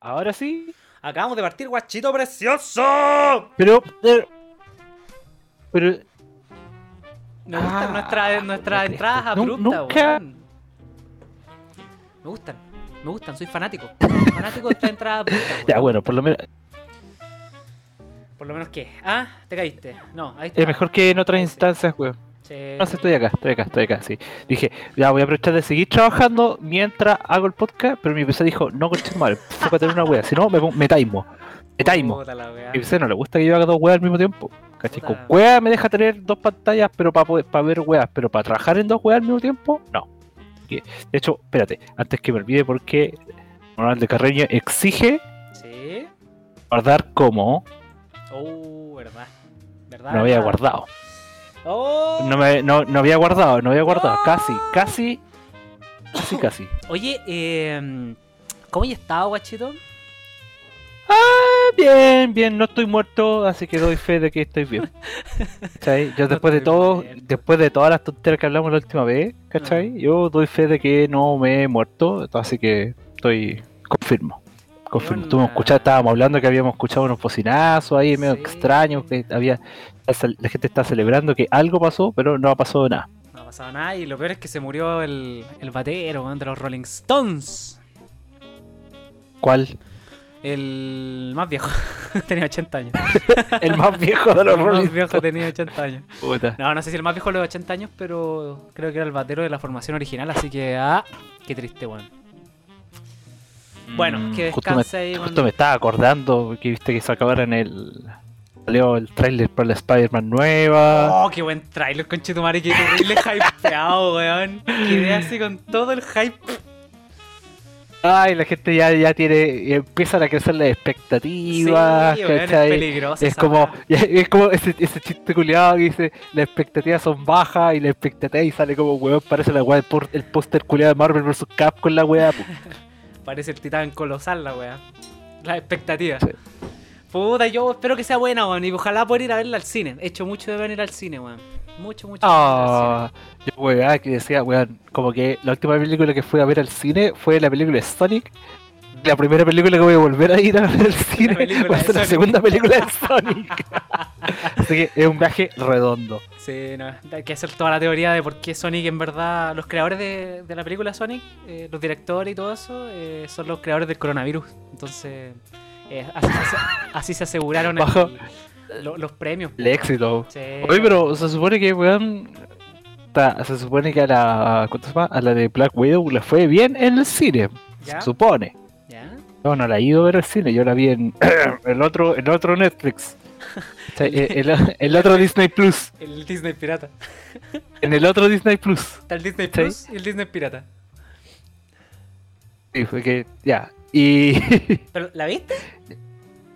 Ahora sí. Acabamos de partir, guachito precioso. Pero. Pero. pero Me gustan Ah, nuestras nuestras no entradas crezco. abruptas, Nu- nunca- weón. Me gustan, me gustan, soy fanático. fanático de estas entradas abruptas, weón. Ya, bueno, por lo menos. Por lo menos que. Ah, te caíste. No, ahí está. Es mejor que en otras Sí. instancias, weón. Sí. No sé, estoy acá, estoy acá, estoy acá, sí. Dije, ya voy a aprovechar de seguir trabajando mientras hago el podcast, pero mi PC dijo, no conches mal, fócate en una wea, si no me, pon- me taimo. Me taimo. Puta la weá. Mi PC no le gusta que yo haga dos weas al mismo tiempo. ¿Cachai? Con Puta. wea me deja tener dos pantallas, pero para para ver weas, pero para trabajar en dos weas al mismo tiempo, no. Y, De hecho, espérate, antes que me olvide porque Ronaldo Carreño exige Sí. guardar como Oh, verdad. ¿Verdad? no había verdad. guardado. Oh. No, me, no, no había guardado, no había guardado. Casi, casi, casi, casi. Oye, eh, ¿cómo has estado, guachito? Ah, Bien, bien, no estoy muerto, así que doy fe de que estoy bien. ¿Cachai? Yo No después de estoy todo, muerto. después de todas las tonteras que hablamos la última vez, Ah. ¿cachai? Yo doy fe de que no me he muerto, así que estoy, confirmo. Confirmo, Buena. Estuvimos escuchando- estábamos hablando que habíamos escuchado unos bocinazos ahí medio Sí. extraños, que había, la gente está celebrando que algo pasó, pero no ha pasado nada. No ha pasado nada y lo peor es que se murió el, el batero weón, de los Rolling Stones. ¿Cuál? El más viejo. tenía 80 años. El más viejo de los el Rolling más viejo tenía 80 años. Puta. No, no sé si el más viejo de los 80 años, pero creo que era el batero de la formación original, así que ah, qué triste, weón. Bueno, Mm, que justo me descanse ahí. Justo weón. me estaba acordando que viste que sacaron el. Salió el trailer para la Spider-Man nueva. Oh, qué buen trailer, conchetumare, qué terrible hypeado, weón. Quedé así con todo el hype. Ay, la gente ya, ya tiene. Empiezan a crecer las expectativas. weón, es ¿cachai? peligroso. es esa como, weá. es como ese, ese chiste culiado que dice las expectativas son bajas y la expectativa y sale como weón, parece la weá del por- el póster culiado de Marvel vs Cap con la weá. pu. Parece el titán colosal la weá. Las expectativas. Sí. Puta, yo espero que sea buena, weón. Y ojalá poder ir a verla al cine. He hecho mucho de venir al cine, weón. Mucho, mucho. de ver al cine. Ah, yo weá que decía, weón, como que la última película que fui a ver al cine fue la película de Sonic. La primera película que voy a volver a ir a ver al cine película va a de ser la Sonic. segunda película de Sonic. Así que es un viaje redondo. Sí, no, hay que hacer toda la teoría de por qué Sonic, en verdad, los creadores de, de la película Sonic, eh, los directores y todo eso, eh, son los creadores del coronavirus. Entonces, eh, así, se- así se aseguraron el- Bajo. lo- los premios. El éxito. Sí. Oye, pero se supone que, weón. ta- Se supone que a la. ¿Cuánto se llama? A la de Black Widow le fue bien en el cine. ¿Ya? Se supone. ¿Ya? No, no la he ido a ver al cine, yo la vi en el otro, el otro Netflix. O sea, el- el- el otro Disney Plus. El Disney Pirata. En el otro Disney Plus. Está el Disney Sí. Plus y el Disney Pirata. Sí, fue que. Ya. Y. ¿Pero la viste?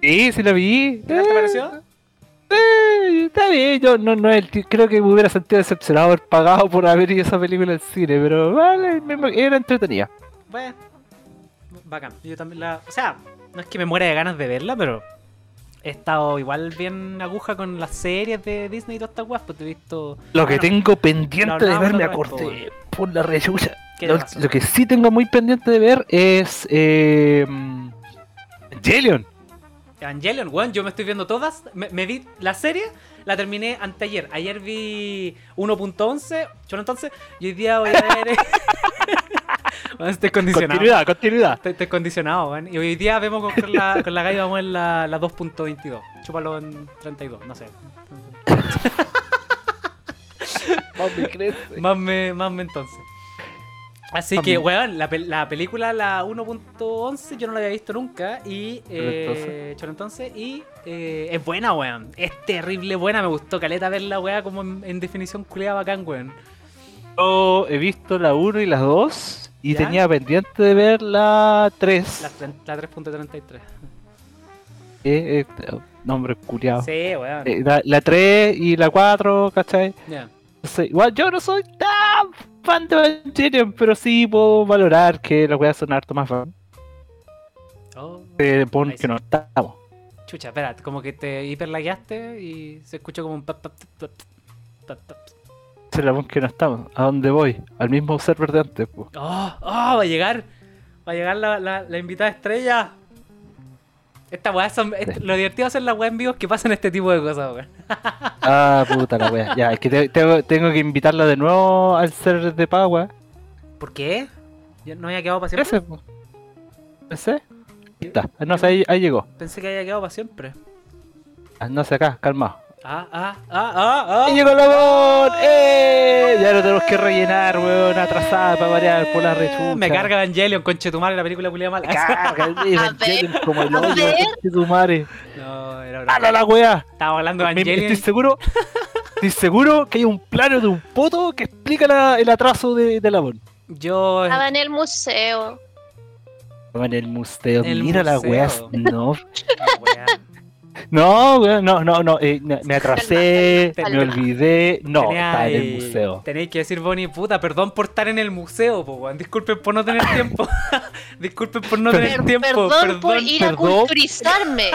Eh, sí, sí la vi. ¿Qué tal te pareció? Eh, está bien, yo no, no el ti- creo que me hubiera sentido decepcionado haber pagado por haber ido a esa película al cine, pero vale, me- me- era entretenida. Bueno, bacán. Yo también la. O sea, no es que me muera de ganas de verla, pero he estado igual bien aguja con las series de Disney y todas estas weas, pues te he visto. Lo que Bueno, tengo pendiente lo de hablamos ver, me la otra vez, po, acordé por la rechucha. ¿Qué Lo, te pasó? lo que sí tengo muy pendiente de ver es. Eh, mm, Evangelion. Evangelion, weón, yo me estoy viendo todas. Me, me vi la serie, la terminé anteayer. Ayer vi 1.11, yo entonces, y hoy día voy a ver. Weón, estoy condicionado. Continuidad, continuidad. Estoy, estoy condicionado, weón. Y hoy día vemos con, con la, con la Gaia vamos en la, la 2.22. Chúpalo en 32, no sé. Más me, más me entonces. Así Más que, me. weón, la, pel- la película, la 1.11, yo no la había visto nunca. Y, eh, choro entonces, y eh, es buena, weón. Es terrible buena, me gustó caleta verla, weón, como en, en definición culeada bacán, weón. Yo he visto la 1 y las 2 y ¿Ya? tenía pendiente de ver la 3. La, tre- la 3.33. Eh, eh, nombre culiado. Ah. Sí, weón. Eh, la, la 3 y la 4, ¿cachai? Ya. Entonces, igual yo no soy tan fan de Evangelion, pero sí puedo valorar que las weas son harto más fan. Oh, Eh, pon Ahí sí. que no estamos. chucha, espera, como que te hiperlagueaste y se escuchó como un... pap, pap, pap, pap, pap. Se la pon que no estamos. ¿A dónde voy? Al mismo server de antes, po. Oh, oh, va a llegar. Va a llegar la, la, la invitada estrella. Esta weá son. est- Lo divertido de hacer las weas en vivo es que pasan este tipo de cosas, weón. Ah, puta la wea. Ya, es que te- tengo, tengo que invitarla de nuevo al ser de Pagua. ¿Por qué? Yo no había quedado para siempre. Ese, po. ese. Está. Ah, No sé, ahí, ahí llegó. Pensé que había quedado para siempre. Ah, No sé, acá, calmado. Ah, ah, ah, ah, ah. ¡Ahí llegó la voz! ¡Eh! Ya lo tenemos que rellenar, weón. Atrasada para variar por la rechucha. Me carga Evangelion, conchetumare, la película culia Me mala. carga, el Evangelion como el a hoyo, ver. conche tu madre. No, era broma. ¡Hala Ah, la wea! Estaba hablando de Me- me- Estoy Evangelion. seguro, estoy seguro que hay un plano de un poto que explica la- el atraso de, de la voz. Yo. Estaba en el museo. En el museo, El mira la museo. wea Snoop. Ah, weá. No, wea, no, no, no, eh, me me atrasé, Calma, me calma, calma. olvidé. No, Tenía- está en el museo. Tenéis que decir, Bonnie, puta, perdón por estar en el museo, po, weón. Disculpen por no tener tiempo. Disculpen por no Per- tener Per- tiempo. perdón, por ir a perdón. culturizarme.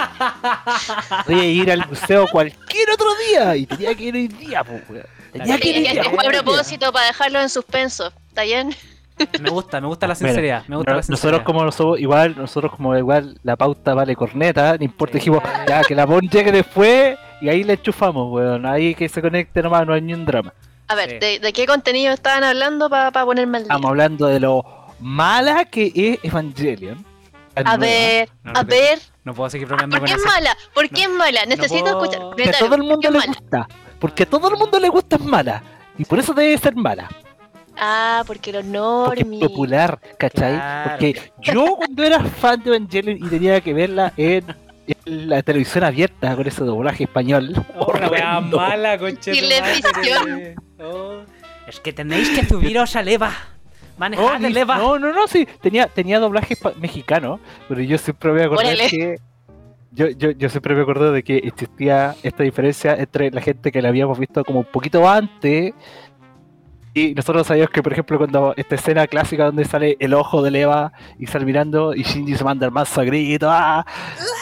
Voy a ir al museo cualquier otro día. Y tenía que ir hoy día, po, wea. Tenía Ya Sí, que ir hoy es día. que ya, Eh, fue a ya. propósito para dejarlo en suspenso. ¿Está bien? Me gusta, me gusta la Mira, sinceridad. me gusta no- la nosotros sinceridad. como no somos igual, nosotros como igual la pauta vale corneta, no importa, Sí. dijimos, ya que la PON llegue después y ahí la enchufamos, weón, ahí que se conecte nomás, no hay ni un drama. A ver, Sí. ¿de, de qué contenido estaban hablando para ponerme al día? Estamos hablando de lo mala que es Evangelion. La a nueva. ver, No, no a te- ver. No puedo seguir ¿Por bromeando con qué es eso. mala? ¿Por qué es mala? Necesito puedo- escuchar. Que a Que a Dale, todo el ¿por mundo qué es le mala? gusta, porque a todo el mundo le gusta es mala. Y por eso debe ser mala. Ah, porque los Porque es normies. popular, ¿cachai? Claro. Porque yo cuando era fan de Evangelion y tenía que verla en, en la televisión abierta con ese doblaje español. Oh, la weá horrendo. mala, conche. tu Televisión. madre. Oh, Es que tenéis que subiros a Leva. No, Manejad ni- Leva. Oh, no, no, no, sí, tenía, tenía doblaje pa- mexicano, pero yo siempre me acordé Órale. que. Yo, yo, yo siempre me acuerdo de que existía esta diferencia entre la gente que la habíamos visto como un poquito antes y nosotros sabíamos que, por ejemplo, cuando esta escena clásica donde sale el ojo de Leva y sale mirando y Shinji se manda el mazo a grito ¡ah!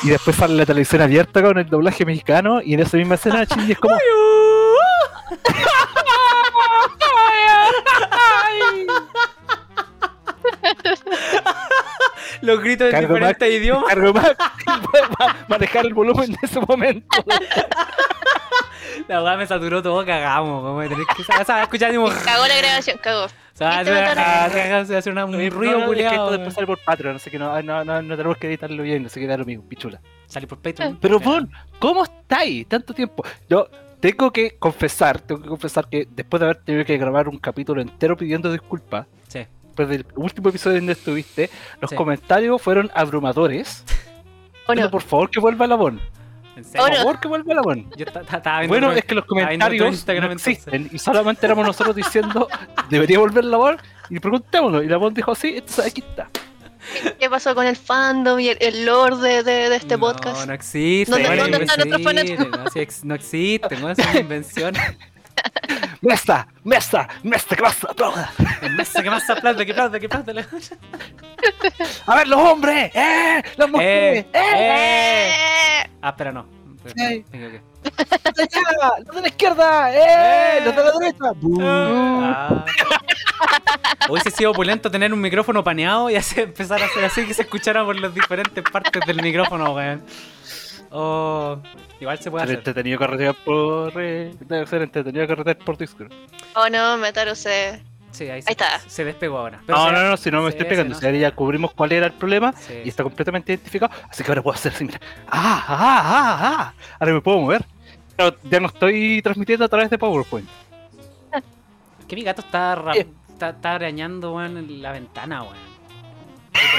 y después sale la televisión abierta con el doblaje mexicano y en esa misma escena Shinji es como Los gritos en Cargo diferentes idiomas. cargo más para manejar el volumen de ese momento. La weá me saturó todo, cagamos. Vamos a tener que se va a escuchar ni un- se Cagó la grabación, va cagó. a hacer- Viste, mataron. se va a hacer una- un No, ruido, no, es que esto culiado. después sale por Patreon, así que no, no, no, no tenemos que editarlo bien, así que da lo mismo, pichula. Salí por Patreon. Pero Bon, ¿cómo estáis? Tanto tiempo. Yo tengo que confesar, tengo que confesar que después de haber tenido que grabar un capítulo entero pidiendo disculpas, Sí. después del último episodio donde estuviste, los Sí. comentarios fueron abrumadores. Bueno, Pero por favor que vuelva la Bon. En serio. Por Ahora- favor que vuelva la Bon. Yo ta- ta- estaba viendo Bueno, otro- es que los estaba viendo otro comentarios Instagram no entonces. existen y solamente éramos nosotros diciendo debería volver la Bon y preguntémoslo. Y la Bon dijo sí, entonces aquí está. ¿qué pasó con el fandom y el, el lore de, de- de este no, podcast? No existe. no ¿Dónde- dónde están nuestros existe, No, sí ex- no existe, no es una invención. Mesta, mesta, mesta, que pasa, aplauda. Mesa que más aplaude, que aplaude, que aplaude. A ver, los hombres, eh, las mujeres, Eh, eh, eh. Eh, Ah, pero no. Pero- Eh. me equivoqué. los de allá, los de la izquierda, eh, Eh. los de la derecha. Bu. Ah. Hubiese sido opulento tener un micrófono paneado y hacer, empezar a hacer así que se escuchara por las diferentes partes del micrófono, weón. Oh, igual se puede Ser hacer. entretenido carretear por. eh, Debe ser entretenido carretear por Discord. Oh no, Metaru se. Sí, ahí, se, Ahí está. se despegó ahora. Pero No, se- no, no, si no me sí, estoy pegando. sí, si ahora ya cubrimos cuál era el problema sí, y está completamente identificado. Así que ahora puedo hacer así, mira. Ah, ah, ah, ah. Ahora me puedo mover. Pero ya no estoy transmitiendo a través de PowerPoint. Que mi gato está, ra- Eh. está, está arañando, weón, en la ventana, weón.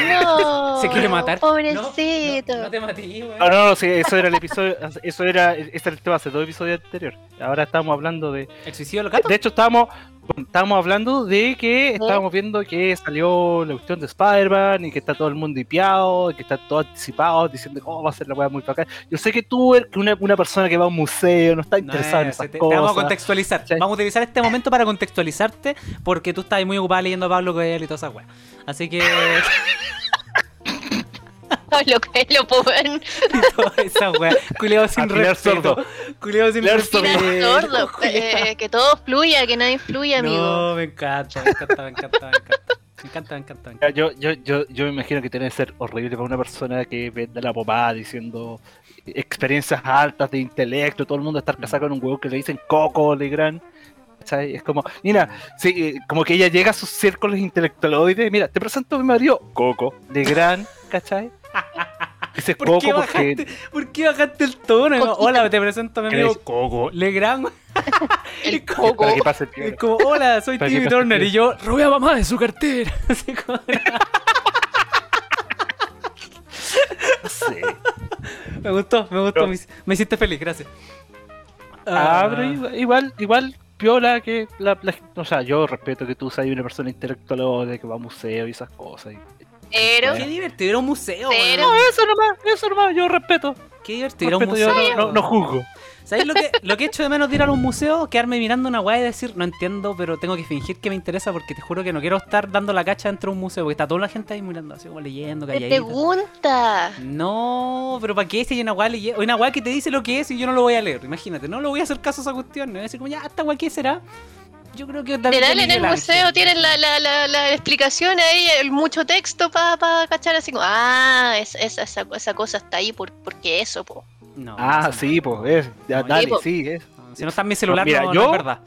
No. Se quiere matar. Oh, Pobrecito. No, no, no te matí, weón. Ah, No, no, no, sí, eso era el episodio. Eso era. Este era el tema hace dos episodios anteriores. Ahora estamos hablando de. El suicidio de los gatos. De hecho, estábamos, estábamos hablando de que estábamos viendo que salió la cuestión de Spider-Man y que está todo el mundo hipeado, y que está todo anticipado, diciendo cómo va a ser la weá muy bacán. Yo sé que tú, er- que una, una persona que va a un museo, no está No, interesada en eh, esas te, te vamos a cosas. contextualizar. Sí. Vamos a utilizar este momento para contextualizarte porque tú estás muy ocupada leyendo a Pablo Coelho y toda esa weá. Así que. Pablo Coelho, Puben. y toda esa weá. Culeo sin Afilar respeto. sordo. Culeo sin Afilar respeto. sordo. Mira, sordo. Culeado. eh, que todo fluya, que nadie influya, amigo. No, me encanta, me encanta, me encanta, me encanta. Me encanta, me encanta. me Ya, Yo, yo, yo, yo me imagino que tiene que ser horrible para una persona que vende la pomada diciendo experiencias altas de intelecto, todo el mundo estar casado con un huevo que le dicen Coco Legrand. ¿cachai? Es como, mira, sí, eh, como que ella llega a sus círculos intelectualoides, mira, te presento a mi marido, Coco Legrand, ¿cachai? Dice ¿Por Coco qué bajaste? porque encanta. ¿Por qué bajaste el tono? Coquito. Hola, te presento a mi amigo ¿Crees? Coco. Legrand. El coco. Para que pase el Es tiempo. como, hola, soy ¿Para qué Timmy pasa, Turner. tío? Y yo, robé a mamá de su cartera. Así como- No sé. me gustó, me gustó. Pero- Me, hici- me hiciste feliz, gracias. Ah, Ah, pero igual, igual, igual piola que la, la gente- O sea, yo respeto que tú seas una persona intelectual de que va a museo y esas cosas. y- Pero Qué divertido, era un museo. Pero- weón. Eso nomás, eso nomás, yo respeto. Qué divertido, era un respeto, yo museo. no- no, no juzgo. ¿Sabéis lo que, lo que echo de menos de ir a un museo? Quedarme mirando una weá y decir, no entiendo, pero tengo que fingir que me interesa porque te juro que no quiero estar dando la cacha dentro de un museo porque está toda la gente ahí mirando, así como leyendo, te calladita. pregunta. No, pero ¿para qué si hay una weá leye- una weá que te dice lo que es y yo no lo voy a leer? Imagínate, no lo voy a hacer caso a esa cuestión. No voy a decir como, ya, ¿esta weá qué será? Yo creo que David Literal, en Miguel el Ángel. museo tienen la, la, la, la explicación ahí, el mucho texto para cachar así como, ah, es- esa, esa, esa cosa está ahí por, porque eso, po. No, Ah, no, sí, no, pues, es. Ya, no, dale, po. sí, es. no, Si no está en mi celular, Mira, no, yo- no es verdad.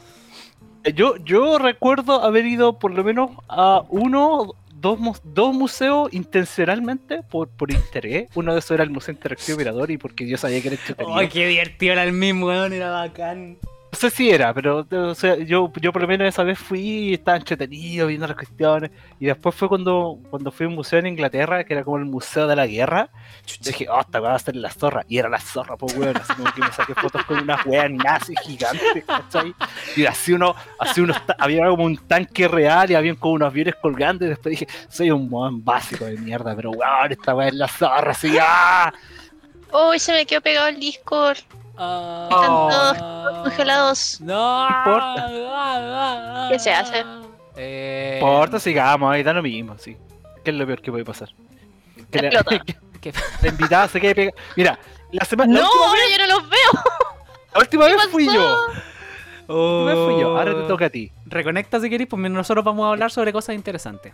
Eh, Yo, yo recuerdo haber ido por lo menos a uno, dos, mus- dos museos intencionalmente por, por interés. Uno de esos era el Museo Interactivo Mirador y porque yo sabía que era entretenido. Ay, qué divertido era el mismo, weón, era bacán. No sé si era, pero o sea, yo, yo por lo menos esa vez fui y estaba entretenido viendo las cuestiones. Y después fue cuando, cuando fui a un museo en Inglaterra, que era como el Museo de la Guerra. Dije, oh, esta weá va a ser la zorra. Y era la zorra, pues weón. Así como que me saqué fotos con unas weas nazis gigantes, ¿cachai? Y así uno, así uno, ta- había como un tanque real y habían como unos aviones colgando. Y después dije, soy un weón básico de mierda, pero weón, esta weá es la zorra, así, ¡ah! Oh, se me quedó pegado el Discord. Ah. Están Congelados. No ah, importa. importa. ¿Qué se hace? Eh, Porta, sigamos, ahí da lo mismo, sí. ¿Qué es lo peor que puede pasar? Que la, Explota. ¿Qué? la invitada se quede pegada. Mira, la semana. No, la última ahora vez, yo no los veo. la última vez fui yo. pasó? La Oh. última vez fui yo. Ahora te toca a ti. Reconecta si queréis, pues nosotros vamos a hablar sobre cosas interesantes.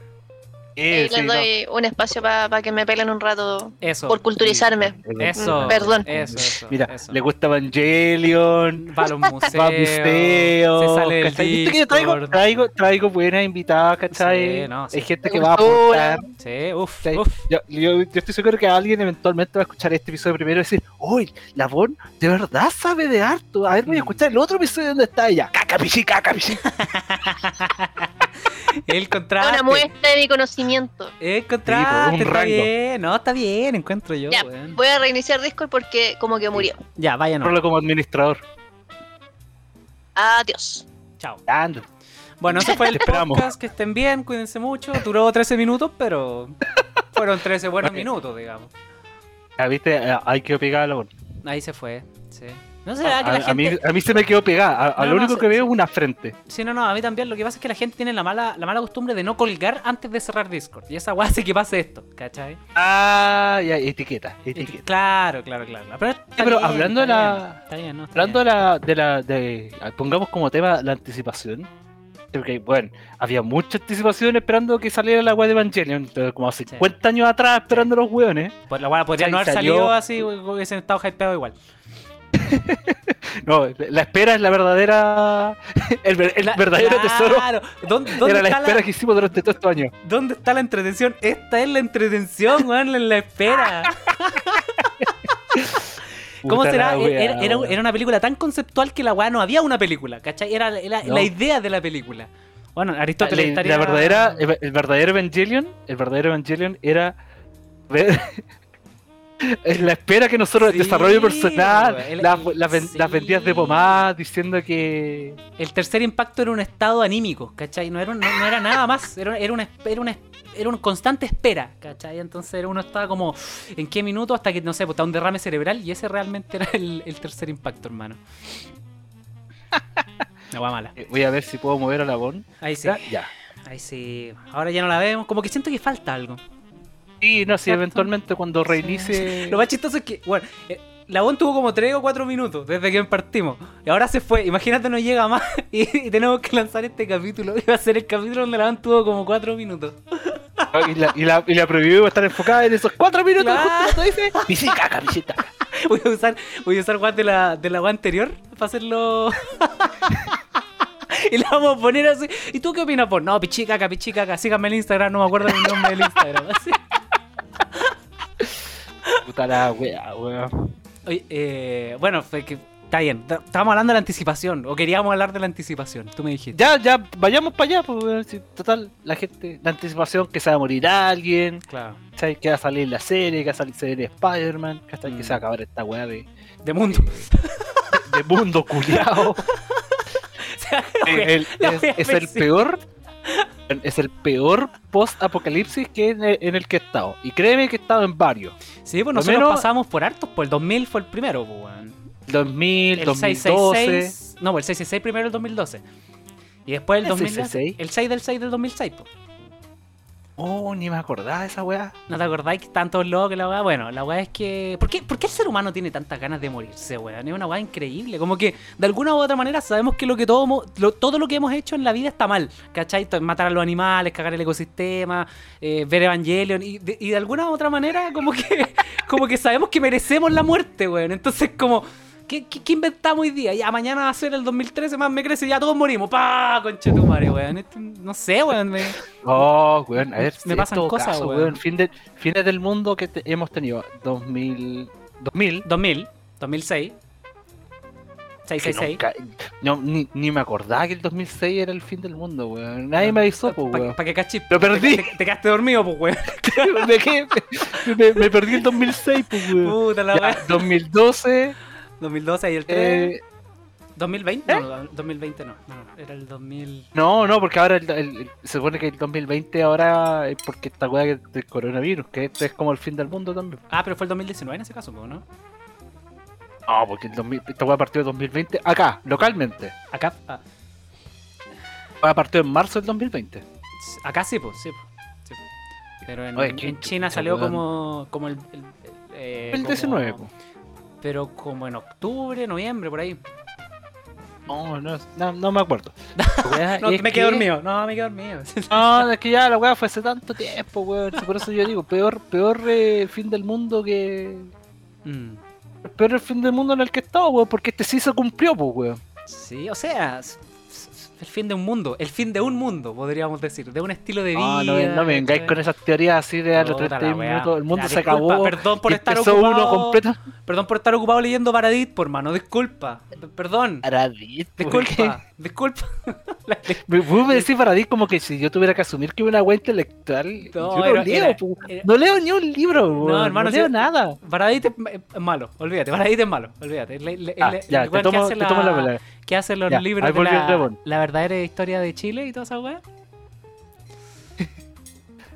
Eh, Y les sí, no. doy un espacio para que me pelen un rato Eso. por culturizarme. Eso. Mm, Perdón. Eso, eso. Mira, eso. le gusta Evangelion. Va a los museos. Va a museos, Se sale del ¿cachai? Viste que yo traigo, Discord. traigo, traigo buenas invitadas, ¿cachai? Sí, no, sí. Hay gente De que va a cultura. aportar. Sí, uff, Sí. uff. Yo, yo- yo estoy seguro que alguien eventualmente va a escuchar este episodio primero y decir, uy, la Bon de verdad sabe de harto. A ver, voy a Mm. escuchar el otro episodio donde está ella. Caca, pichí, caca, pichí. El contraste. Una muestra de mi conocimiento. Sí, El contraste pues, un está rango. bien. No, está bien, encuentro yo. Ya, weón. voy a reiniciar Discord porque como que murió. Ya, váyanos. Hablo como administrador. Adiós. Chao. Ando. Bueno, ese fue el Te esperamos. podcast. Que estén bien, cuídense mucho. Duró 13 minutos, pero fueron 13 buenos minutos, digamos. Ah, ¿Viste? Eh, Ahí quedó pegada la Bon. Ahí se fue. Sí. No sé, A, Ah, que la a mí, gente. a mí se me quedó pegada. A, a No, lo no, único se- que veo es una frente. Sí, no, no, a mí también. Lo que pasa es que la gente tiene la mala, la mala costumbre de no colgar antes de cerrar Discord. Y esa weá hace que pase esto, ¿cachai? Ah, ya, etiqueta, Y- etiqueta. Claro, claro, claro. Pero, está pero bien, hablando está de la- bien, está bien, no, está Hablando bien. de la, de la, de, pongamos como tema la anticipación. Porque, bueno, había mucha anticipación esperando que saliera la web de Evangelion. Entonces, como 50 años atrás esperando los hueones. Pues la weá podría Ahí no haber salió- salido así, hubiesen estado hypeados igual. No, la- la espera es la verdadera. El, ver- el La- verdadero tesoro. Claro. ¿Dónde, dónde Era la está la- espera que hicimos durante este todos estos años. ¿Dónde está la entretención? Esta es la entretención, weón, en la espera. ¿Cómo Puta será? Eh, la Era, wea, era- weón. era una película tan conceptual que la weá no había una película, ¿cachai? Era, era No. la idea de la película. Bueno, La, Aristóteles la- estaría... la verdadera, eh, el, el verdadero Evangelion, el verdadero Evangelion era ver- es la espera que nosotros, Sí, el desarrollo personal, güey, el- las, las ven- sí. las vendidas de pomada diciendo que El tercer impacto era un estado anímico, ¿cachai? No era, un- no, no era nada más, era, era, una, esp- era, una, esp- era una constante espera, ¿cachai? Entonces era- uno estaba como, ¿en qué minuto? Hasta que, no sé, pues estaba un derrame cerebral y ese realmente era el, el tercer impacto, hermano. No va mala. eh, voy a ver si puedo mover a la Bon. Ahí sí. Ya, Ya. Ahí sí. Ahora ya no la vemos. Como que siento que falta algo. Y no sé, Cierto. eventualmente cuando reinicie Lo más chistoso es que, bueno, eh, la ON tuvo como 3 o 4 minutos desde que partimos. Y ahora se fue. Imagínate, no llega más. Y, y tenemos que lanzar este capítulo. Iba a ser el capítulo donde la ON tuvo como 4 minutos. Y la, y la, y la preview iba a estar enfocada en esos 4 minutos. Claro. Justo cuando dice. Visita, camiseta. Voy a usar, voy a usar guas de la, de la guas anterior para hacerlo. y la vamos a poner así. ¿Y tú qué opinas? Por no, pichicaca, pichicaca. Síganme en Instagram, no me acuerdo el nombre del Instagram. Así. Puta la wea, wea. Oye, eh, bueno, fue que- está bien. Ta- Estábamos hablando de la anticipación. O queríamos hablar de la anticipación. Tú me dijiste. Ya, ya, vayamos para allá. Pues, weón, si, total, la gente, la anticipación que se va a morir alguien, Claro. ¿cachai? que va a salir la serie, que va a salir serie de Spider-Man, ¿cachai? Mm. que se va a acabar esta wea de, De mundo. de mundo culiao. O sea, Eh, el- la es, wea es el pésima. peor es el peor post apocalipsis que en el, en el que he estado y créeme que he estado en varios Sí, pues Al nosotros menos- pasamos por hartos. Pues el 2000 fue el primero, pues, weón. 2000 El 2012 666. No, pues el 666 primero el 2012. Y después ¿Cuál el es 2006. 666? El 6 del 6 del 2006, pues. oh ni me acordaba de esa weá ¿No te acordáis que tantos locos que la weá? Bueno, la weá es que. ¿Por qué, ¿Por qué el ser humano tiene tantas ganas de morirse, weón? Es una weá increíble. Como que de alguna u otra manera sabemos que lo que todo, mo- lo- todo lo que hemos hecho en la vida está mal. ¿Cachai? To- Matar a los animales, cagar el ecosistema, eh, ver Evangelion. Y de, y de alguna u otra manera, como que, como que sabemos que merecemos la muerte, weón. Entonces, como. ¿Qué, qué, qué inventamos hoy día? Ya mañana va a ser el 2013, más me crece, ya todos morimos. ¡Pah! Conchetumare, weón. Este- No sé, weón. me- oh weón a ver Me en pasan todo cosas, caso, weón. fin de- fines del mundo que te- hemos tenido 2000 2000 2000, 2006. que 666. nunca- no, ni, ni me acordaba que el 2006 era el fin del mundo weón nadie me avisó pues Para weón que cachis. Lo perdí. Te, te quedaste dormido, pues, weón. ¿De qué? me, me perdí el 2006 pues weón Puta la Ya, weá. 2012 2012 y el 3. eh, 2020? No, no, 2020 no. no, no, Era el 2000. No, no, porque ahora el- el- se supone que el 2020 ahora es porque esta weá que- del coronavirus, que esto es como el fin del mundo también. Ah, pero fue el 2019 en ese caso, pues, ¿no? No, porque el 2000, esta weá partió en 2020 acá, localmente. Acá, ah, Weá partió en marzo del 2020. s- acá sí, pues, sí, pues, sí, pues. Pero en, Oye, qué en China chucha, salió weón. como, como el. el- el, eh, El como- 19. po. Pero como en octubre, noviembre, por ahí. No, no, no, no me acuerdo. La weá No, es me quedé que- dormido. No, me quedé dormido. No, es que ya la weá fue hace tanto tiempo, weón. Por eso yo digo, peor, peor eh, fin del mundo que. Mm. Peor el fin del mundo en el que estaba, weón, porque este sí se cumplió, pues, weón. Sí, o sea, s- s- s- el fin de un mundo, el fin de un mundo, podríamos decir, de un estilo de vida. Ah, no, me- no me vengáis con esas teorías así de a los Puta la 30 weá. minutos, el mundo Ya, se disculpa, acabó. Perdón por Y estar empezó ocupado. uno completo. Perdón por estar ocupado leyendo Paradit, por mano, disculpa. P- Perdón. Ah, Paradis. Disculpa, disculpa. La- la- Me, vos me decís Paradis como que si yo tuviera que asumir que una web intelectual. No, yo no era- leo, era- po. era- no leo ni un libro, weón, no, hermano, leo si- nada. Paradit es, ma- es malo, olvídate, Paradit es malo, olvídate. El- el- el- Ah, el ya, te weón tomo, que hace te tomo la palabra. Que hace los Ya, libros ahí de volvió el la, dragón. la verdadera historia de Chile y toda esa weá.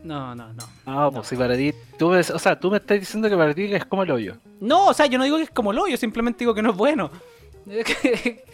No, no, no. No, pues si Paradis. Tú me, o sea, tú me estás diciendo que Paradis es como el hoyo. No, o sea, yo no digo que es como lo, yo simplemente digo que no es bueno.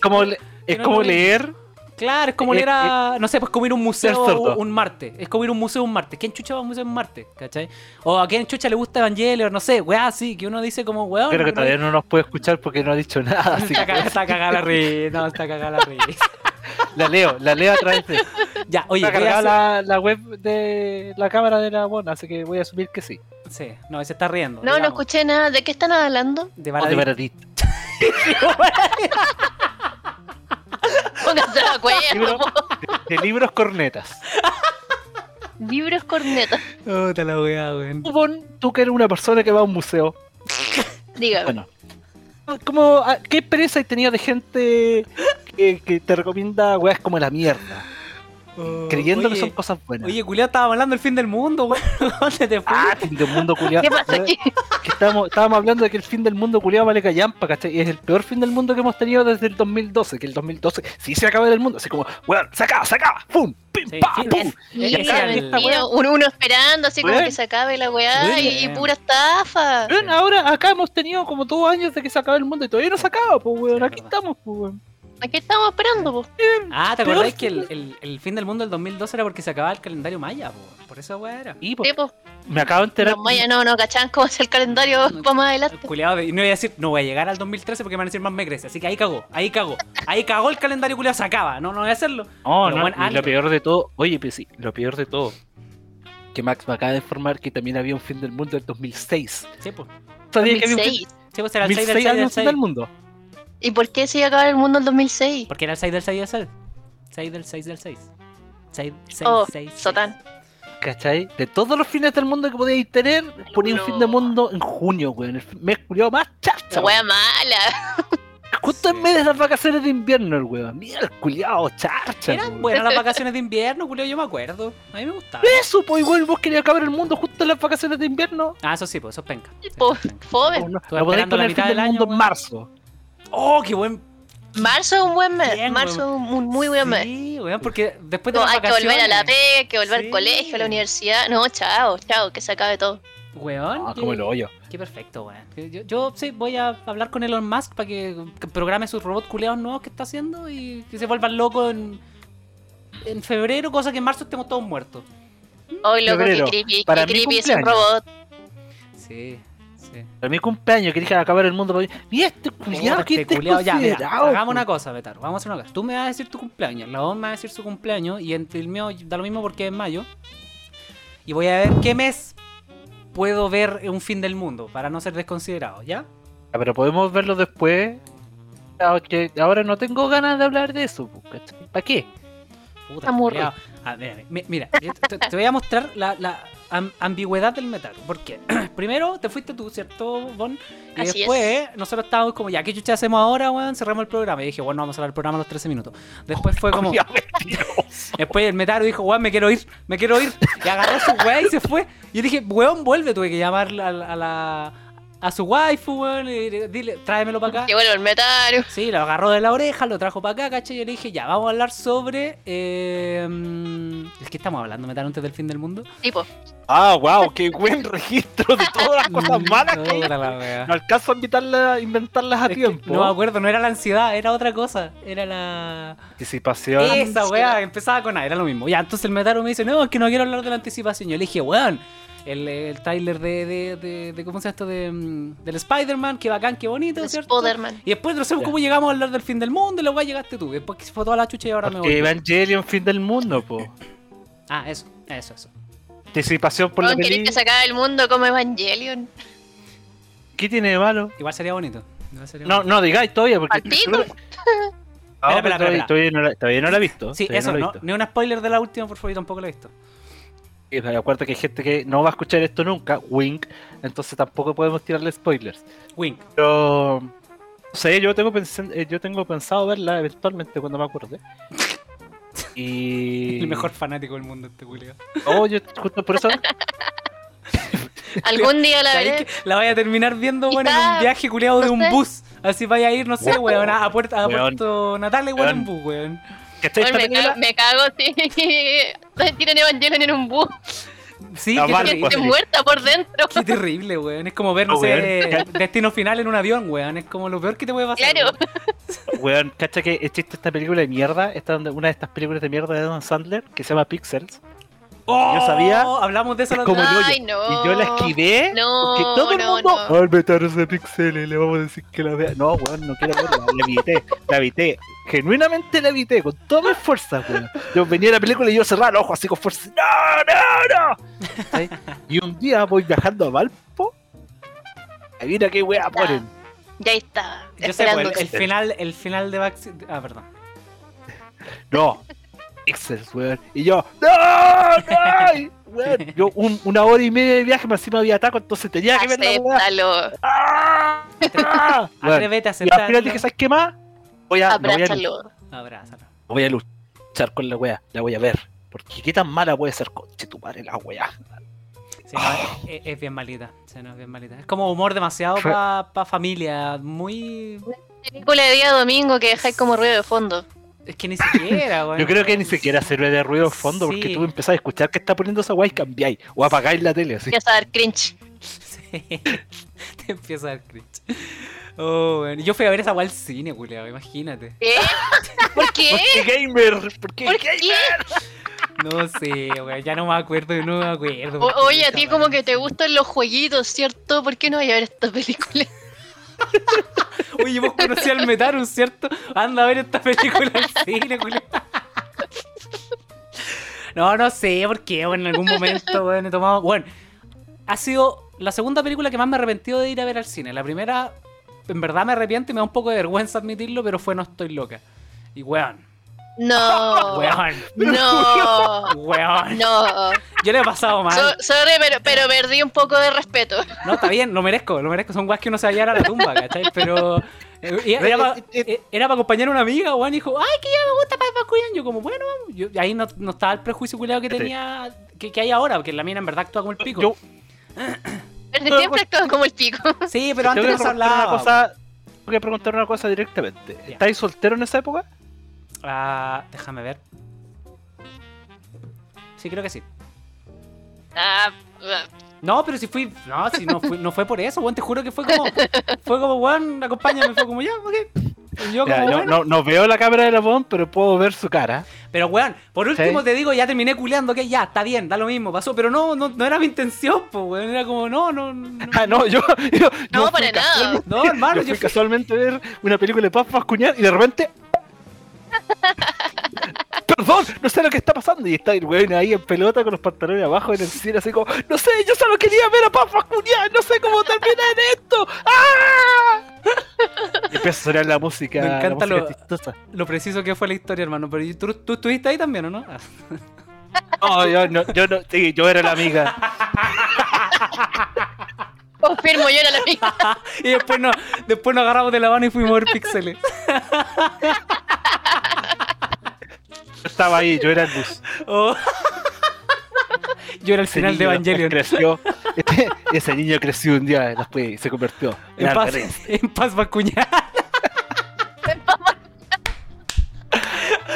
Como le- es no como lo leí. leer. claro, es como Eh, leer a, no sé, pues como ir a un museo Ser sordo. un martes. Es como ir a un museo un martes. ¿Quién chucha va a un museo un martes? ¿Cachai? O a quién chucha le gusta Evangelio, no sé, weá, sí, que uno dice como weón. Creo que no- todavía no nos puede escuchar porque no ha dicho nada. Así Está que cagada, está cagada la risa, no, está cagada la risa. la leo, la leo a través de. Ya, Está oye, voy a cargada hacer- la, la web de la cámara de la buena, así que voy a asumir que sí. Sí, no, se está riendo. No, no digamos, escuché nada. ¿De qué están hablando? O De de Baradí. Paradis. Pónganse de acuerdo. Libro- de, de libros cornetas. Libros cornetas. Oh, te la weá, weón. Tú, Bon, tú que eres una persona que va a un museo, Dígame. Bueno. ¿Cómo, a- ¿Qué experiencia has tenido de gente que, que te recomienda weas como la mierda? Oh, Creyendo que oye, son cosas buenas. Oye, culiao, estaba hablando del fin del mundo, weón. ¿Dónde te fuiste? ah, fin del mundo culiado. ¿Qué pasa aquí? estábamos, estábamos hablando de que el fin del mundo culiado vale callampa, ¿cachai? Y es el peor fin del mundo que hemos tenido desde el 2012. Que el 2012 sí se acaba el mundo. Así como, weón, se acaba, se acaba. ¡Pum! ¡Pim! Sí, pa, sí, ¡Pum! es- Sí, es que- mentira, uno, uno esperando así como Bueno. que se acabe la weá Bueno. y, pura estafa. Weón, ahora acá hemos tenido como dos años de que se acaba el mundo y todavía no se acaba, pues Sí, es weón. Aquí verdad. estamos, pues weón. ¿A qué estamos esperando, po? Ah, ¿te acordás que el, el- el fin del mundo del 2012 era porque se acababa el calendario maya, po? Por eso, weá, era. Y, po, Sí, po. me acabo de enterar. Los mayas no, no cachaban cómo es el calendario para más adelante. Culeado, y no voy a decir, no voy a llegar al 2013 porque me van a decir más me crece. Así que ahí cagó, ahí cagó. Ahí cagó el calendario culeado, se acaba. No, no voy a hacerlo. Oh, No, Pero no, buen y año. lo peor de todo, oye, pues sí, lo peor de todo, que Max me acaba de informar que también había un fin del mundo del 2006. Sí, pues. ¿Sabía que había un fin, 2006. Sí, pues era el 6 2006 del 6 había del un fin del 6. mundo? ¿Y por qué se iba a acabar el mundo en 2006? Porque era el 6 del 6 del 6. 6 del 6 del 6. 6, 6, Oh, 6. Sotán. ¿Cachai? De todos los fines del mundo que podíais tener, ponía un fin del mundo en junio, güey. En el fin- mes culiao más La chacha. wea mala. güey. Justo en medio de las vacaciones de invierno, el güey. Mira el culiao, charcha. Eran güey. buenas las vacaciones de invierno, culeo, yo me acuerdo. A mí me gustaba. Eso, pues, güey, vos querías acabar el mundo justo en las vacaciones de invierno. Ah, eso sí, pues eso es penca. Sí, Po- eso es penca. Fome. No, Estuve no podéis esperando la poner el mitad fin del del año, mundo güey. en marzo. Oh, qué buen. Marzo es un buen mes. Bien, Marzo es un muy, muy buen mes. Sí, weón, porque después de No, las hay que volver a la vacaciones, pega, hay que volver Sí. al colegio, a la universidad. No, chao, chao, que se acabe todo. Weón. Ah, qué- como el hoyo. Qué perfecto, weón. Que Yo, yo sí voy a hablar con Elon Musk para que, que programe sus robots culeados nuevos que está haciendo y que se vuelvan locos en, en febrero, cosa que en marzo estemos todos muertos. Hoy loco, qué Febrero, creepy, para qué mi creepy es un cumpleaños. robot. Sí, sí. Para mi cumpleaños que dije acabar el mundo. para mí. Mira este culiao, Puta, que este este pues". culiao, ya, mira, hagamos una una cosa, Betaro. Vamos a hacer una cosa. Tú me vas a decir tu cumpleaños, la ON me va a decir su cumpleaños y entre el mío da lo mismo porque es en mayo. Y voy a ver qué mes puedo ver un fin del mundo para no ser desconsiderado, ¿ya? Ya, pero podemos verlo después. Ah, que Ahora no tengo ganas de hablar de eso. pues, ¿Para qué? Puta, Está muy culiao. Ah, mira, mi- mira, yo te, te voy a mostrar la, la am- ambigüedad del metal. Porque primero te fuiste tú, ¿cierto, Bon? Y Así después es. nosotros estábamos como, ya, ¿qué chucha hacemos ahora, weón? Cerramos el programa. Y dije, bueno, vamos a cerrar el programa a los 13 minutos. Después fue como, después el metaro dijo, weón, me quiero ir, me quiero ir. Y agarró su weá y se fue. Y yo dije, weón, vuelve. Tuve que llamar a, la- a la- a su waifu, weón. Y dile, tráemelo para acá. Que vuelva el metal. Sí, lo agarró de la oreja, lo trajo para acá, ¿cachai? Y yo le dije, ya, vamos a hablar sobre. Eh, mm, es que estamos hablando, metal antes del fin del mundo. Tipo, Ah, wow, qué buen registro de todas las cosas malas que No, era Mm, la wea. No alcanzo a invitarla- a inventarlas a Es que tiempo. no me acuerdo, no era la ansiedad, era otra cosa. Era la. Anticipación. Esa ansiedad. weá, empezaba con A, era lo mismo. Ya, entonces el Metaro me dice, no, es que no quiero hablar de la anticipación. Yo le dije, weón, el, el trailer de, de, de, de- ¿Cómo se llama esto? De, mm, del Spider-Man, qué bacán, qué bonito, ¿cierto? Spider-Man. Y después no sé cómo llegamos a hablar del fin del mundo, y la weá llegaste tú. Después que se fue toda la chucha y ahora me Porque voy. Evangelion, fin del mundo, po. Ah, eso, eso, eso. Anticipación por la Weón, ¿Querés que se película. acabe el mundo como Evangelion? ¿Qué tiene de malo? Igual sería bonito. Igual sería No, bonito. no digáis todavía, porque. ¿Al pico? No, Espera, espera, pero Ah, todavía, espera. todavía no la, todavía no la he visto. Sí, todavía eso, no la he no, visto. ni un spoiler de la última, por favor, yo tampoco lo he visto. Y acuérdate que hay gente que no va a escuchar esto nunca, wink, entonces tampoco podemos tirarle spoilers. Wink. Pero no sé, yo tengo pensen- eh, yo tengo pensado verla eventualmente cuando me acuerde. Y El mejor fanático del mundo, este Julio. Oh, yo justo por eso Algún día la veré. La vaya a terminar viendo, bueno, en un Quizá, viaje culeado de no un sé. bus. Así vaya a ir, no sé, Weón. weón, a, a Puerto, a Weón. Puerto Natale, weón, en Weón. bus, weón. que estáis Weón, me, ca- me cago, sí. Tienen Evangelion en un bus. Sí, La qué, Vale, Gente terrible, pues. muerta por dentro. qué terrible, weón. Es como ver, no No, sé, destino final en un avión, weón. Es como lo peor que te puede pasar. Claro. weón. Weón, cacha que existe esta película de mierda, esta donde- una de estas películas de mierda de Adam Sandler que se llama Pixels. Oh, Yo sabía- Hablamos de eso la como otra el hoyo. Ay, no. Y yo la esquivé No, porque todo el no, mundo. no. Al meter ese pixel le vamos a decir que la vea. No, weón, no quiero verla. La evité, la evité. Genuinamente la evité, con todas mis fuerzas, weón. Yo venía a la película y yo cerraba los ojos así con fuerza. ¡No, no, no! ¿Cachai? Y un día voy viajando a Valpo. Ahí mira qué weá ponen. Ya está. Yo sé, esperando. weón, el final, el final de Backseat. Ah, perdón. No. Pixel, weón. Y yo, ¡No! ¡No! Y, weón, yo un- una hora y media de viaje, más encima había taco, entonces tenía que ver la weá. Acéptalo. ¡Ah! ¡Ah! Weón. Atrévete Y a al aceptarlo. final dije, ¿sabes qué más? Voy a, no voy, a, lu- Abrázalo. Abrázalo. no voy a luchar con la wea, la voy a ver. Porque qué tan mala puede ser, conche tu madre, la wea. Sí, no, es, es bien malita. sí, no, es bien malita. Es como humor demasiado Ah. Fue- para familia. Muy. Película de día domingo que dejáis como ruido de fondo. Es que ni siquiera, weón. Yo creo que ni siquiera sirve de ruido de fondo Sí. porque tú empezás a escuchar que está poniendo esa wea y cambiáis. O apagáis la tele así. Ya a dar cringe. Sí. Te empieza a dar cringe. Oh, weón. Yo fui a ver esa weá al cine, culiao, imagínate. ¿Qué? ¿Por qué? ¿Por qué gamer? ¿Por qué ¿Por gamer? qué? No sé, weón, ya no me acuerdo, no me acuerdo. O- oye, a ti Esa como weá. que te gustan los jueguitos, ¿cierto? ¿Por qué no vas a ver esta película? Oye, vos conocías al Metarus, ¿cierto? Anda a ver esta película al cine, culiao. No, no sé por qué, weón, en algún momento, weón, he tomado. Bueno, ha sido la segunda película que más me he arrepentido de ir a ver al cine. La primera, en verdad me arrepiento y me da un poco de vergüenza admitirlo, pero fue No Estoy Loca. Y weón, No. weón, No. weón. No. Yo le he pasado mal. So- sorry, pero, pero perdí un poco de respeto. No, está bien, lo merezco, lo merezco. Son guas que uno se va a llevar a la tumba, ¿cachai? Pero. eh, Era, Pero- para, acompañar a una amiga, weón, y dijo, ay, que ya me gusta Papá Cuyan. Yo, como, bueno, vamos. Yo- ahí no, no estaba el prejuicio culiado que Sí. tenía, que, que hay ahora, porque la mina en verdad actúa como el pico. Este Yo Pero Todo siempre actúan como el pico. sí, pero tengo antes que no se preguntar hablaba. una cosa. Tengo que preguntar una cosa directamente. Ya. ¿Estáis soltero en esa época? Ah, déjame ver. Sí, creo que sí. Ah, ah, No, pero si fui. No, si no, fui- no fue por eso, weón. Te juro que fue como. Fue como, weón, acompáñame. Fue como, ya, ok. Y yo, como, Ya, bueno. no, no, no veo la cámara de la bomba, pero puedo ver su cara. Pero weón, por último Sí. te digo, ya terminé culeando, que ya, está bien, da lo mismo, pasó. Pero no, no, no era mi intención, pues weón. Era como, no, no, no. Ah, no, yo. yo No, yo fui para nada. casualmente- No, yo hermano, yo fui fui- casualmente a ver una película de Paz Vascuñán y de repente. Perdón, no sé lo que está pasando. Y está el weón ahí en pelota con los pantalones abajo en el cielo, así como, no sé, yo solo quería ver a Paz Vascuñán, no sé cómo terminar esto. ¡Ah! Y empieza a sonar la música. Me encanta la música lo- chistosa. Lo preciso que fue la historia, hermano. Pero ¿y tú, tú estuviste ahí también, ¿o no? Ah, No, yo no, yo no, sí, yo era la amiga. confirmo, yo era la misma. Y después, no, después nos agarramos de la mano y fuimos a ver píxeles. Yo estaba ahí, yo era el bus. Oh. Yo era el Ese final de niño Evangelion. Creció, este- ese niño creció un día después y se convirtió en En paz, Alcaraz. en paz vacuñar.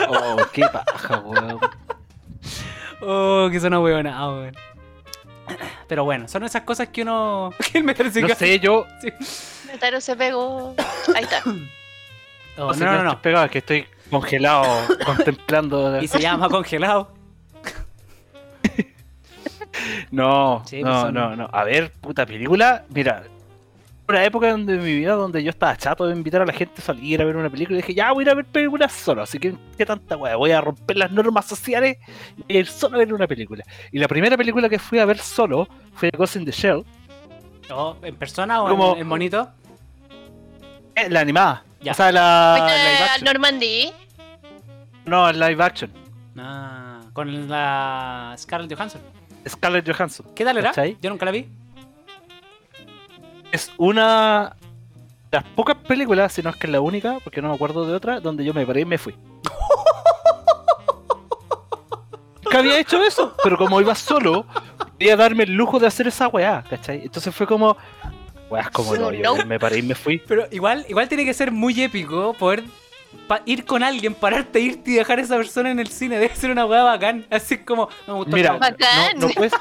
Oh, qué paja, weón. Oh, que suena weona, ah, weón. Pero bueno, son esas cosas que uno. Que el metal se No sé, yo. Taro se pegó. Ahí está. Oh, No, sé, no, no, no no. estoy pegado, es que estoy congelado, contemplando. Y se llama congelado. No, Sí, pues no, son- no, no. A ver, puta película. Mira, una época donde en mi vida donde yo estaba chato de invitar a la gente a salir a ver una película. Y dije, ya voy a ir a ver películas solo. Así que, ¿qué tanta weá? Voy a romper las normas sociales y voy a ir solo a ver una película. Y la primera película que fui a ver solo fue Ghost in the Shell, Oh, ¿En persona o Como- en, en monito? eh, la animada. Ya. O sea, Ah, la, live ¿Fuiste al action. Normandy? No, el live action. Ah, con la Scarlett Johansson. Scarlett Johansson. ¿Qué tal era? ¿Cachai? Yo nunca la vi. es una de las pocas películas, si no es que es la única, porque no me acuerdo de otra, donde yo me paré y me fui. Nunca había hecho eso, pero como iba solo, quería darme el lujo de hacer esa weá, ¿cachai? Entonces fue como, weá, como no, yo No. me paré y me fui. Pero igual, igual tiene que ser muy épico poder pa- ir con alguien, pararte, irte y dejar a esa persona en el cine. Debe ser una weá bacán. Así como. No me gustó Mira, el Bacán. no, no puedes-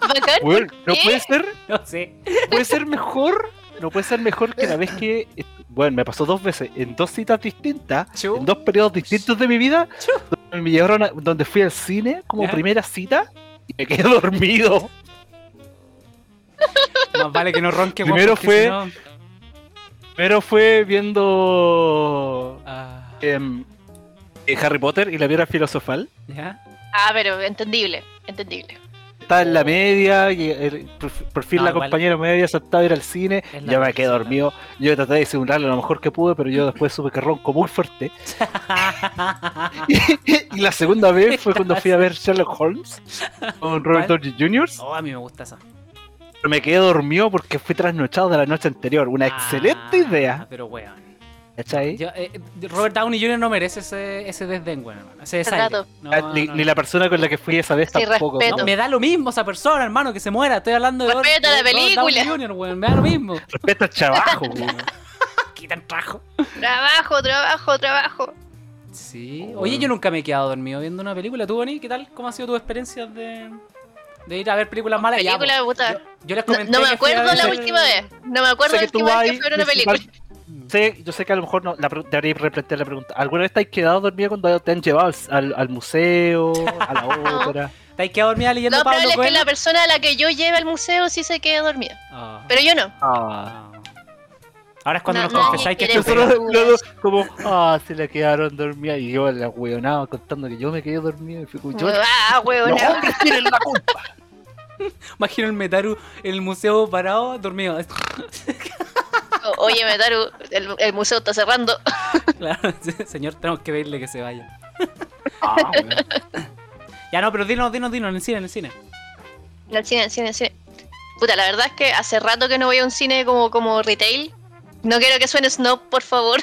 Bacán. weón, no Ah, qué? puede ser trabajo. No sé. puede ser mejor, no puede ser mejor que la vez que, bueno, me pasó dos veces, en dos citas distintas, Chu. en dos periodos distintos de mi vida, Chu. donde, me llevaron a- donde fui al cine como Ya. primera cita y me quedé dormido. Más vale que no ronque weón, Primero porque fue- si no- Pero fue viendo Ah, em, eh, Harry Potter y la piedra filosofal. ¿Ya? Ah, pero entendible. Entendible. Estaba en la media, y el- por, por fin No, la igual. compañera me había aceptado ir al cine, Es la yo me mejor quedé cita. dormido, yo traté de simularlo lo mejor que pude, pero yo después supe que ronco muy fuerte. y la segunda vez fue cuando fui a ver Sherlock Holmes con Robert ¿Cuál? Downey Jr. Oh, a mí me gusta esa. Pero me quedé dormido porque fui trasnochado de la noche anterior. Una excelente Ah, idea. Pero weón. ¿Cachai? Yo, eh, Robert Downey Jr. no merece ese, ese desdén, weón. hermano. Ese desaire. Rato. No, Ah, ni, no, ni no. la persona con la que fui esa vez Sí, tampoco. No, respeto. ¿no? me da lo mismo esa persona, hermano, que se muera. Estoy hablando de. Respeta de- la de Robert Downey película. Jr., weón, Me da lo mismo. Respeto al trabajo. weón. Quita el trajo. Trabajo, trabajo, trabajo. Sí. Oye, yo nunca me he quedado dormido viendo una película. ¿Tú, Bonnie, qué tal? ¿Cómo ha sido tu experiencia de, de ir a ver películas malas? Ya, Película po. puta. yo, yo les No, comenté no me que fui a acuerdo ver- la última vez. No me acuerdo Sé la que tú última vas vez que fue una principal- película. sé, yo sé que a lo mejor no, la, pre- debería replantear la pregunta. ¿Alguna vez te has quedado dormida cuando te han llevado al, al- al museo, a la ópera? ¿Te has quedado dormida leyendo Lo Pablo probable es que Coelho? la persona a la que yo lleve al museo sí se quede dormida. Ah, Pero yo no. Ah. ah. Ahora es cuando No, nos nadie confesáis que quiere esto Nosotros Pero- luego como, ah, se la quedaron dormida y yo la hueonaba contando que yo me quedé dormido y fui como, yo Ah, huevón. los hombres tienen la culpa. Imagino el Metaru en el museo parado, dormido. Oye, Metaru, el, el museo está cerrando. Claro, señor, tenemos que pedirle que se vaya. Ah, weón. Ya no, pero dinos, dinos, dinos, en el cine, en el cine. En el cine, en el cine, en el cine. Puta, la verdad es que hace rato que no voy a un cine como, como retail. No quiero que suene Snob, por favor.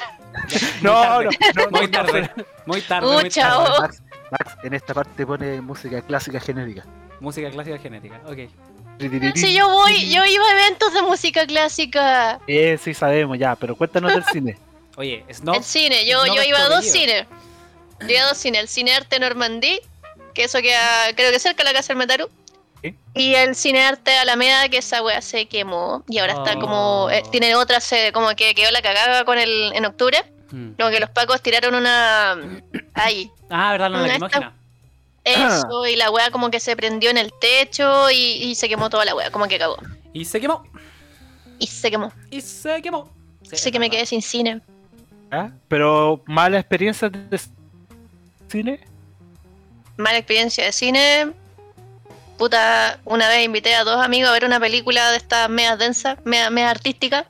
No, no, tarde. no, no, Muy no, tarde, muy tarde. Uh, muy chao. tarde. Max, Max, en esta parte pone música clásica genérica. Música clásica genética, ok. Si yo voy, yo iba a eventos de música clásica. Eh, sí sabemos ya, pero cuéntanos del cine. Oye, Snob, El cine, yo, Snob yo es iba a dos prohibido. cines. Yo iba a dos cines, el cine arte Normandí, que eso queda, creo que cerca de la casa del Metaru. Sí. Y el cine arte Alameda, que esa wea se quemó y ahora está como. eh, Oh. tiene otra sede, como que quedó la cagada con el, en octubre. Mm. Como que los pacos tiraron una. Ahí. Ah, verdad, la Esta- lacrimógena. Eso, y la wea como que se prendió en el techo y, y se quemó toda la wea, como que cagó. Y se quemó, Y se quemó. y se quemó. Sí, Así es que me verdad. quedé sin cine. ¿Ah? Pero mala experiencia de cine. Mala experiencia de cine. Puta, una vez invité a dos amigos a ver una película de estas medias densas, medias, medias artísticas,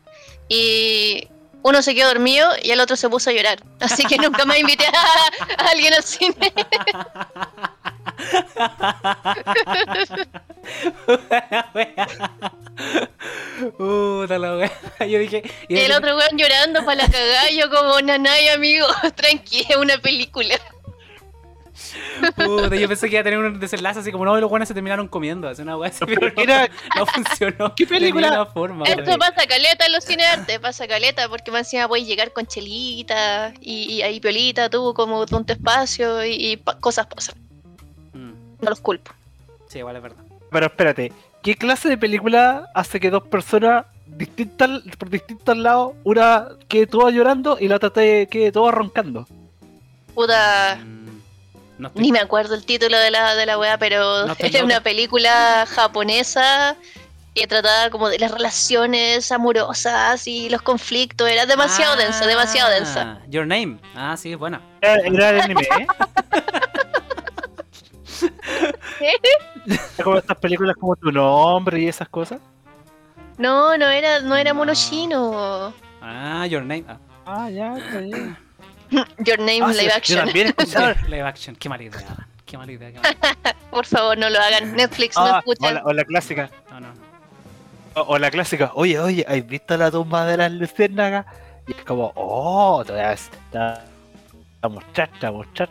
y uno se quedó dormido y el otro se puso a llorar. Así que nunca más invité a, a alguien al cine. Puta la wea. Yo dije. yo Y el dije, otro weón llorando para la cagada, y yo como, nanay, amigo, tranqui, es una película. puta, yo pensé que iba a tener un desenlace así como no, y los buenos se terminaron comiendo. Así una wea así, pero no, Mira, no funcionó. ¿qué película? De ninguna forma, Esto wea. pasa caleta en los cineartes, pasa caleta, porque más encima puedes llegar con chelita y, y ahí piolita, tú como un tu espacio y, y pa- cosas pasan. Mm, No los culpo. Sí, igual es verdad. pero espérate, ¿qué clase de película hace que dos personas distintas por distintos lados, una quede toda llorando y la otra te quede toda roncando? Puta, Mm, No estoy Ah. ni me acuerdo el título de la, de la weá, pero No estoy es una loca. película japonesa que trataba como de las relaciones amorosas y los conflictos. Era demasiado densa, demasiado Ah, densa. Your Name. Ah, sí, es buena. Era, era de anime, ¿eh? Es como estas películas como tu nombre y esas cosas. No, no era, no era mono No. chino. Ah, Your Name. Ah, Ah, ya, está bien. Your name Ah, sí, live Yo action. también he sí, escuchado. live action. Qué mala idea. Qué mala idea. Qué mala idea. Por favor, no lo hagan. Netflix no Ah, o, escucha. la, o la clásica. No, no. O, o la clásica. Oye, oye, ¿has visto la tumba de las luciérnagas? Y es como, oh, te voy a, te voy a mostrar, te voy a mostrar.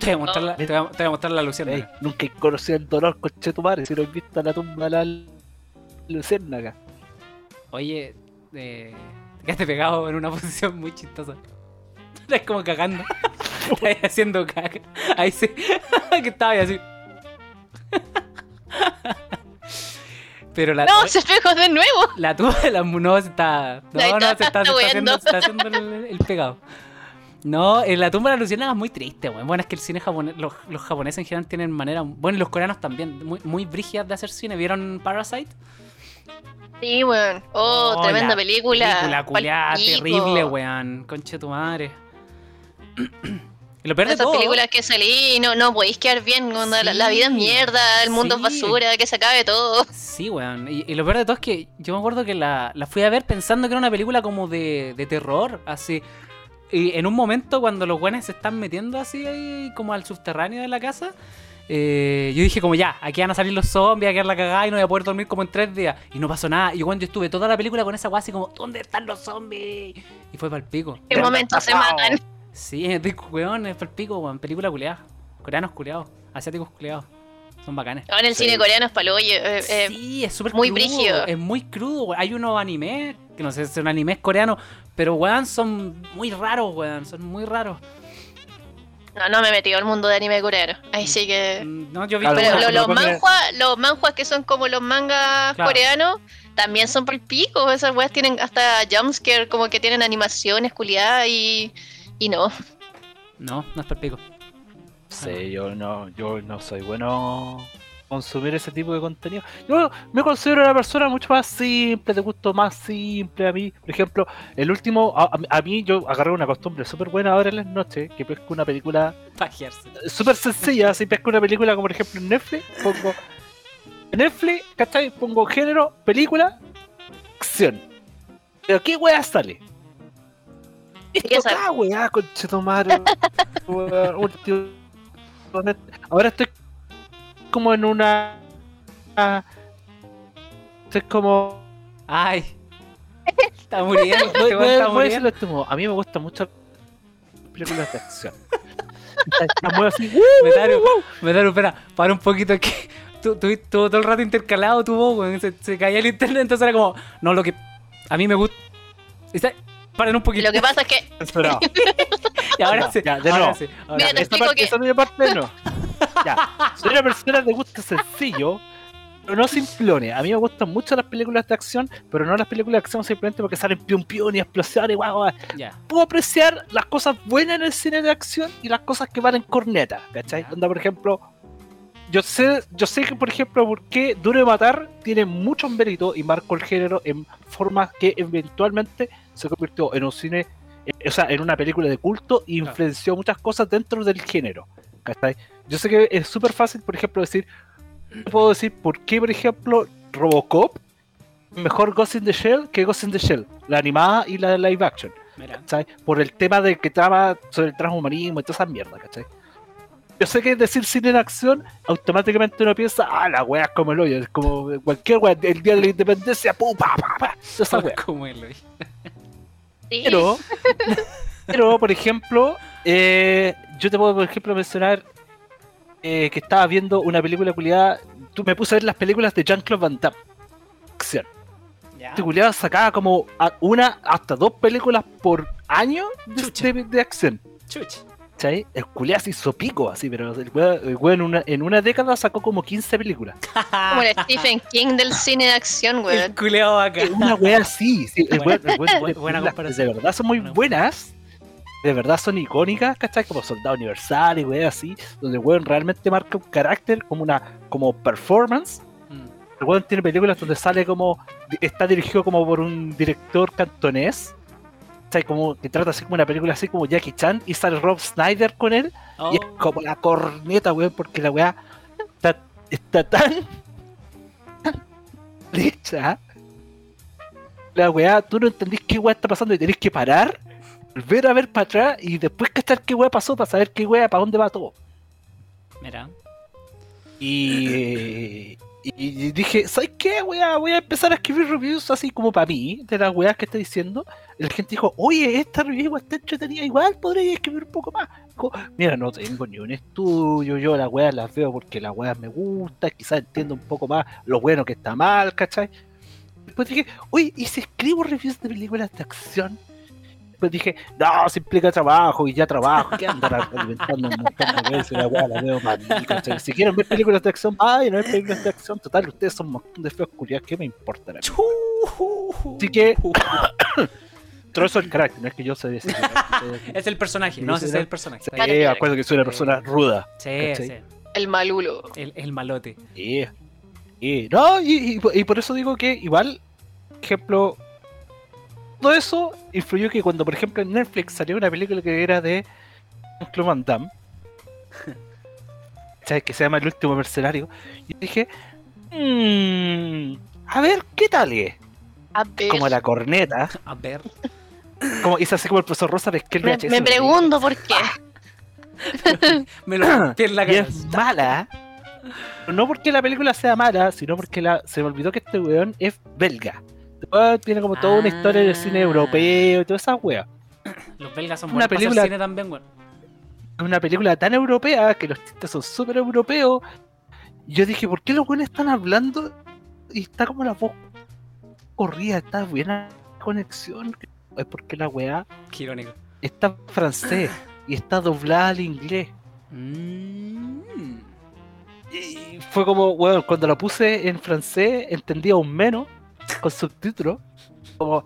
Te voy a mostrar la, te voy a, te voy a mostrar la Ey, luciérnaga. nunca he conocido el dolor, coche tu madre, si no has visto la tumba de las luciérnagas. Oye, eh, te quedaste pegado en una posición muy chistosa. Estás como cagando. Estás haciendo caca. Ahí sí. que estaba ahí así. Pero la, No, se pegó de nuevo. la tuba de las no se está. No, Ahí no, se está, está, se está está haciendo, weando. se está haciendo el, el pegado. No, en la tumba de la luciérnaga es muy triste, weón. Bueno, es que el cine japonés, los, los japoneses en general tienen manera, bueno, y los coreanos también, muy, muy brígidas de hacer cine. ¿Vieron Parasite? Sí, weón. Oh, Oh, tremenda la película. Película culiá, Pal pico. terrible, weón. Conche tu madre. y lo peor de Esas todo. películas que salí, no, no podéis quedar bien. onda, la, la vida es Sí, mierda, el mundo sí. es basura, que se acabe todo. Sí, weón. Y, y lo peor de todo es que yo me acuerdo que la, la fui a ver pensando que era una película como de, de terror, así. Y en un momento cuando los weones se están metiendo así ahí como al subterráneo de la casa, eh, yo dije como ya, aquí van a salir los zombies, va a quedar la cagada y no voy a poder dormir como en tres días. Y no pasó nada. Y cuando yo estuve toda la película con esa weá así como, ¿dónde están los zombies? Y fue para el pico. Qué momento se matan. Sí, es de weón, es pico, weón. Película culeada. Coreanos culeados. Asiáticos culeados. Son bacanes. Ahora en el cine coreano es palo, eh, eh, sí, es súper muy crudo. brígido. Es muy crudo, weón. Hay unos animes, que no sé si son animes coreanos, pero weón, son muy raros, weón. Son muy raros. No, no me he metido al mundo de anime coreano. Ahí sí que. Mm, No, yo vi Claro, Pero bueno, lo- lo los pongo- manhwa, los manhwas que son como los mangas Claro. coreanos, también son por el pico. Esas weas tienen hasta jumpscare, como que tienen animaciones culiadas y, y no. No, no es por pico. Sí, yo no, yo no soy bueno consumir ese tipo de contenido. Yo me considero una persona mucho más simple, de gusto más simple a mí. Por ejemplo, el último, a, a mí yo agarré una costumbre súper buena ahora en las noches, que pesco una película Pajearse. súper sencilla, si pesco una película como por ejemplo en Netflix, pongo Netflix, ¿cachai? Pongo género, película, acción. Pero qué weá sale. ¿Qué Esto sale? acá, weá, conchetumare, weá, últimamente. Ahora estoy como en una. Estoy como. Ay. Está Voy- muriendo. este voy- weón está voy a decirlo muriendo. de este modo. A mí me gustan mucho las películas de acción. Las muevo así. uh, Metaru, Metaru, espera, para un poquito aquí. Tú, tú, tú- todo el rato intercalado tu voz, weón. Se, se caía el internet, entonces era como, no, lo que a mí me gusta. Está- Paren un poquito. Lo que pasa es que Censurado. Y ahora Ya, sí. ya, de ahora nuevo. sí, ahora Mira, sí. te esta explico parte, que- esa primera parte no. Ya. Soy una persona de gusto sencillo, pero no simplone. A mí me gustan mucho las películas de acción, pero no las películas de acción simplemente porque salen pion pion y explosiones y guau, guau. Ya. Puedo apreciar las cosas buenas en el cine de acción y las cosas que valen corneta, ¿cachai? Ya. Onda, por ejemplo, yo sé, yo sé que, por ejemplo, porque Duro de Matar tiene mucho mérito y marcó el género en formas que eventualmente se convirtió en un cine, eh, o sea, en una película de culto e Claro. influenció muchas cosas dentro del género, ¿cachai? Yo sé que es súper fácil, por ejemplo, decir, puedo decir por qué, por ejemplo, Robocop es mejor Ghost in the Shell que Ghost in the Shell, la animada y la de live action. Mira. ¿cachai? Por el tema de que traba sobre el transhumanismo y toda esa mierda, ¿cachai? Yo sé que decir cine de acción, automáticamente uno piensa, ah, la wea es como el hoyo, es como cualquier wea, el día de la independencia, pum, pa, pa, pa, toda esa wea. ¿Cómo es, Luis? sí, Pero, pero por ejemplo, eh, yo te puedo, por ejemplo, mencionar eh, que estaba viendo una película culiada. Tú me puse a ver las películas de Jean-Claude Van Damme. Acción. Ya. Este culiado sacaba como a- una hasta dos películas por año de, de- de acción. Chuch. ¿Cachai? El culiado se hizo pico así, pero el weón el weón en, una, en una década sacó como 15 películas. como el Stephen King del cine de acción, El weón. culeado acá. Es una wea así. sí, el Buena- weón- el weón- bu- buena las- comparación. De verdad son muy Buena buenas. De verdad son icónicas, ¿cachai? Como Soldado Universal y weas así. Donde el weón realmente marca un carácter como una como performance. Mm. El weón tiene películas donde sale como. di- Está dirigido como por un director cantonés. ¿cachai? Como que trata así como una película así como Jackie Chan y sale Rob Snyder con él. Oh, Y es como la corneta, weón, porque la weá está, está tan. lecha. La weá, tú no entendís qué weá está pasando y tenés que parar, volver a ver para atrás y después cachar qué weá pasó para saber qué weá, para dónde va todo. Mira. Y. Y y dije, ¿sabes qué, weá? Voy a empezar a escribir reviews así como para mí, de las weas que está diciendo. Y la gente dijo, oye, esta review igual está entretenida, igual podría escribir un poco más. Dijo, Mira, no tengo ni un estudio, yo las weas las veo porque las weas me gustan, quizás entiendo un poco más lo bueno que está mal, ¿cachai? Después dije, oye, ¿y si escribo reviews de películas de acción? Después dije, no, se implica trabajo y ya trabajo, que andar alimentando un montón de veces, la wea la veo más ¿cachai? Si quieren ver películas de acción, ay, no hay películas de acción, total, ustedes son un montón de feos culiados, ¿qué me importa? la Chu. Así que- Pero eso es el carácter, no es que yo sé decir. Es el personaje. No, ese es el personaje. Está bien. Sí, Eh, acuerdo que soy una Eh. persona ruda. Sí, sí. ¿Cachai? El malulo. El, el malote. Sí. Sí. Eh, No, y, y- y por eso digo que igual, por ejemplo, todo eso influyó que cuando, por ejemplo, en Netflix salió una película que era de Jean-Claude Van Damme, ¿sabes? que se llama El último mercenario, y dije, "Mm, a ver, ¿qué tal es? A ver. Como la corneta, A ver. como hice así como el profesor Rosa, es que el Me, VHS me lo vi. pregunto por qué. Me lo rompí en la Y cara. es mala. pero No porque la película sea mala, sino porque la, se me olvidó que este weón es belga. Este weón tiene como toda una historia del cine Ah. europeo y todas esas weas. Los belgas son Una buenos para hacer película- cine también, weón. Es una película tan europea que los chistes son súper europeos. Y yo dije, ¿por qué los weones están hablando? Y está como la voz corrida, está buena conexión. Es porque la weá Qué irónico. está en francés y está doblada al inglés. Mm. Y fue como, weón, cuando la puse en francés entendía aún menos. con subtítulos, como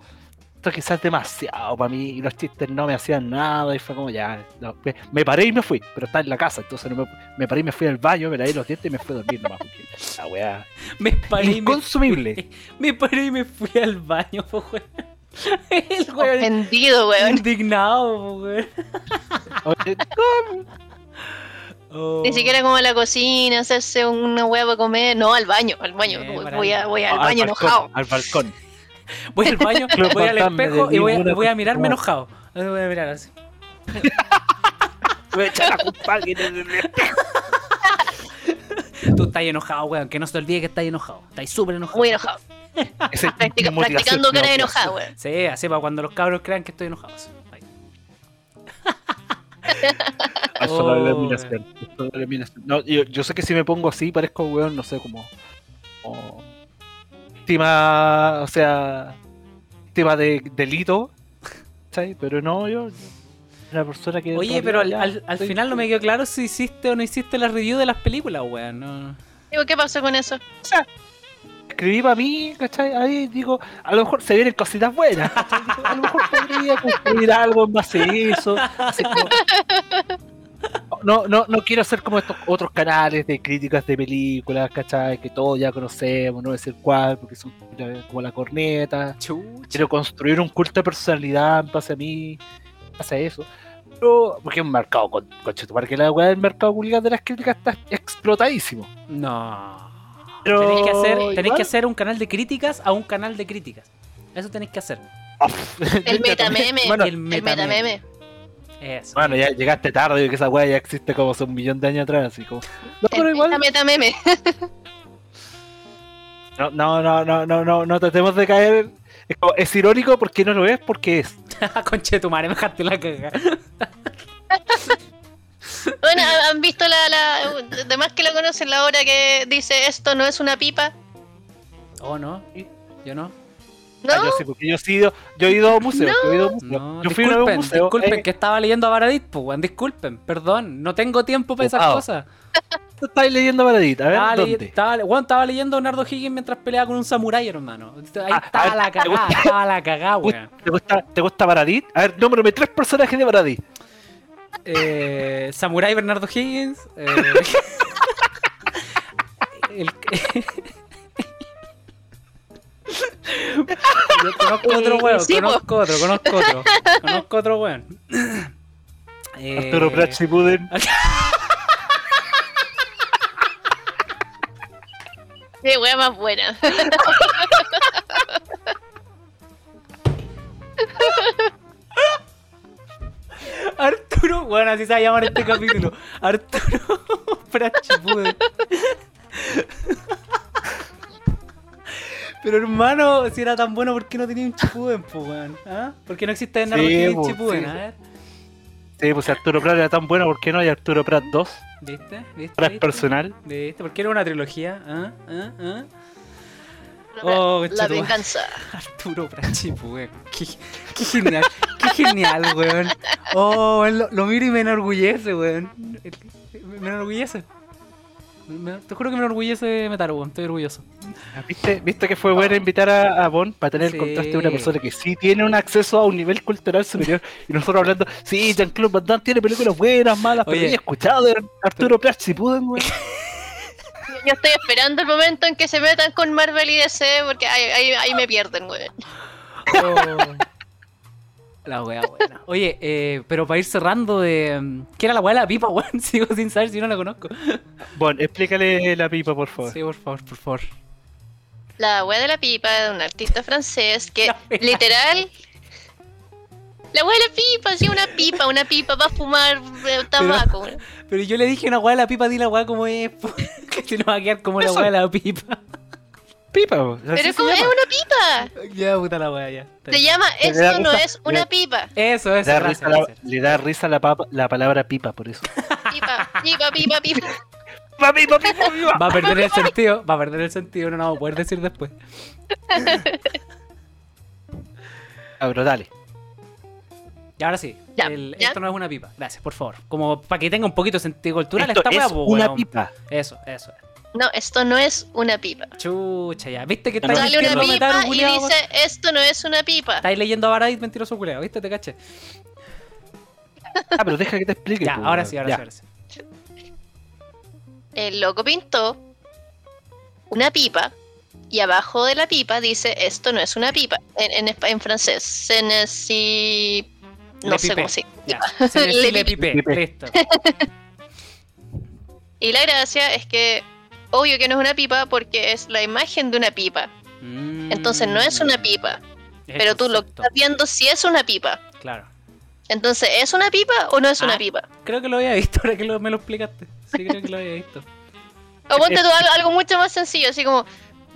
esto quizás es demasiado para mí y los chistes no me hacían nada y fue como ya, no, me, me paré y me fui, pero estaba en la casa, entonces no me, me paré y me fui al baño, me lavé los dientes y me fui a dormir nomás. porque La weá, Me paré y me, inconsumible. me paré y me fui al baño, po, weón. El weón Ofendido, weón. indignado, po, weón. Oye, Oh. Ni siquiera como a la cocina, hacerse una hueá para comer. No, al baño, al baño. Bien, Voy, Eh, para voy el- a, voy al al baño balcón, enojado. Al balcón. Voy al baño, Club voy al fantasma espejo de y voy, a- ninguna voy a mirarme persona. enojado. Me voy a mirar así. Me echa la culpa a alguien en el espejo. Tú estás enojado, weón. Que no se te olvide que estás enojado. Estás súper enojado. Muy enojado. Ese es Practica- mi motivación, practicando cara de no, enojado, weón. Sí, así para cuando los cabros crean que estoy enojado. así. Ahí. Eso no es la Oh, iluminación, eso no es la iluminación. No, yo, yo sé que si me pongo así parezco weón, no sé, como. como víctima. O sea. Víctima de delito. ¿Sabes? Pero no, yo. Una persona que. Oye, todavía pero al, ya al- al estoy- final no me quedó claro si hiciste o no hiciste las reviews de las películas, weón. No. Digo, ¿qué pasó con eso? Escribí para mí, ¿cachai? Ahí digo, a lo mejor se vienen cositas buenas. ¿cachai? Digo, a lo mejor podría construir algo en base a eso. así como- No, no, no quiero hacer como estos otros canales de críticas de películas, ¿cachai? Que todos ya conocemos, no decir cuál, porque son como la corneta. Chucha. Quiero construir un culto de personalidad en base a mí, en base a eso. Pero, porque es un mercado, con, conchetumare, que la weá del mercado culiado de las críticas está explotadísimo. No. Pero Tenéis que, hacer, tenéis igual- que hacer un canal de críticas a un canal de críticas. Eso tenéis que hacer. El metameme. Bueno, el El metameme. Eso. Bueno, ya llegaste tarde, que esa weá ya existe como hace un millón de años atrás, así como. No, pero El igual. metameme. No, no, no, no, no, no, no tratemos de caer. Es, como- es irónico porque no lo es, porque es. Conche tu madre, me dejaste la cagada. Bueno, ¿han- ¿han visto la, la... Además que lo conocen la obra que dice esto no es una pipa? Oh, no. Yo no. ¿No? Ah, yo sí, porque yo sí he ido, yo he ido a museos, yo he ido a museos. No, yo fui una vez a disculpen, un museo. disculpen eh, que estaba leyendo a Baradit, pues, weón, disculpen, perdón, no tengo tiempo para esas Ocupado. cosas. tú estabas leyendo Baradit, a ver, Estaba, leyendo ¿dónde? estaba, weón, estaba leyendo a Nardo Higgins mientras peleaba con un samurái, hermano. Ahí Ah, estaba ah, la ¿te cagada, gusta? estaba la cagada, weón. ¿Te gusta, ¿Te gusta Baradit? A ver, nómbrame tres personajes de Baradit. Eh, samurái Bernardo Higgins. eh, el- Yo conozco otro weón, Eh, Sí, po. conozco otro, conozco otro. Conozco otro weón. Eh, Arturo Prat Puden. Qué wea más buena. Arturo, bueno, así se va a llamar este capítulo. Arturo Prachipude. Pero hermano, si era tan bueno, ¿por qué no tenía un chipuden, po, weón? ¿Ah? ¿Por qué no existe en Sí, Narroquí po, un chipuden? sí. A ver. Sí, pues si Arturo Prat era tan bueno, ¿por qué no hay Arturo Prat 2? ¿Viste? ¿Viste? Prat ¿Viste? personal. ¿Viste? ¿Por qué era una trilogía? ¿Ah? ¿Ah? ¿Ah? Oh, la chetumare. venganza. Arturo Prachipu, weón. Qué, qué genial, qué genial, weón. Oh, weón, lo, lo miro y me enorgullece, weón. Me, me enorgullece. Me- te juro que me enorgullece Metaro, weón. Estoy orgulloso. Ah, ¿Viste, viste que fue bueno invitar a, a Bon para tener Sí. el contraste de una persona que sí tiene un acceso a un nivel cultural superior? Y nosotros hablando, sí, Jean-Claude Van Damme tiene películas buenas, malas, pero Oye. yo he escuchado de Arturo Prat si pueden, güey. Yo estoy esperando el momento en que se metan con Marvel y DC porque ahí, ahí, ahí me pierden, weón. Oh. La wea buena. Oye, eh, pero para ir cerrando de. mm, ¿Qué era la wea de la pipa, weón? Sigo sin saber si no la conozco. Bon, explícale la pipa, por favor. Sí, por favor, por favor. La wea de la pipa de un artista francés que La wea. literal... La wea de la pipa, sí, una pipa, una pipa va a fumar eh, tabaco. weón. Pero yo le dije una wea de la pipa, di la wea como es, po, que se nos va a quedar como la Eso. wea de la pipa. Pipa, güey, así Pero se como es llama. una pipa. Ya, puta la wea, ya. Está Se bien. llama Que le da esto no risa. es una Le- pipa. Eso, Le eso, da gracias, risa la- gracias. le da risa la, papa- la palabra pipa, por eso. Pipa, pipa, pipa, pipa. ¡Pipa, pipa, pipa, pipa! Va a perder el sentido, va a perder el sentido, no lo vamos a poder decir después. Ah, pero dale. Y ahora sí, Ya, el- ya. esto no es una pipa. Gracias, por favor. Como para que tenga un poquito de sentido cultural Esto esta es hueá, una pipa. Eso, eso. No, esto no es una pipa. Chucha, ya. ¿Viste que No, estáis no, Sale entiendo. una Matar leyendo pipa Metal, y culiao? dice, esto no es una pipa. Estáis leyendo a Baradit, mentiroso culeado, ¿viste? Te caché. Ah, pero deja que te explique. Ya, po, ahora weón. sí, ahora pues, Ya. sí, ahora sí. El loco pintó una pipa y abajo de la pipa dice, esto no es una pipa. En, en, espa- en francés, se neci- No Le sé pipé. cómo se Ya. Se le, sí le Le pipé. pipé. Listo. Y la gracia es que, obvio que no es una pipa porque es la imagen de una pipa. Entonces no es una pipa, Es pero tú lo que concepto, estás viendo si es una pipa. Claro. Entonces, ¿es una pipa o no es Ah. una pipa? Creo que lo había visto ahora que lo- me lo explicaste. Sí, creo que lo había visto. O ponte tú algo, algo mucho más sencillo, así como,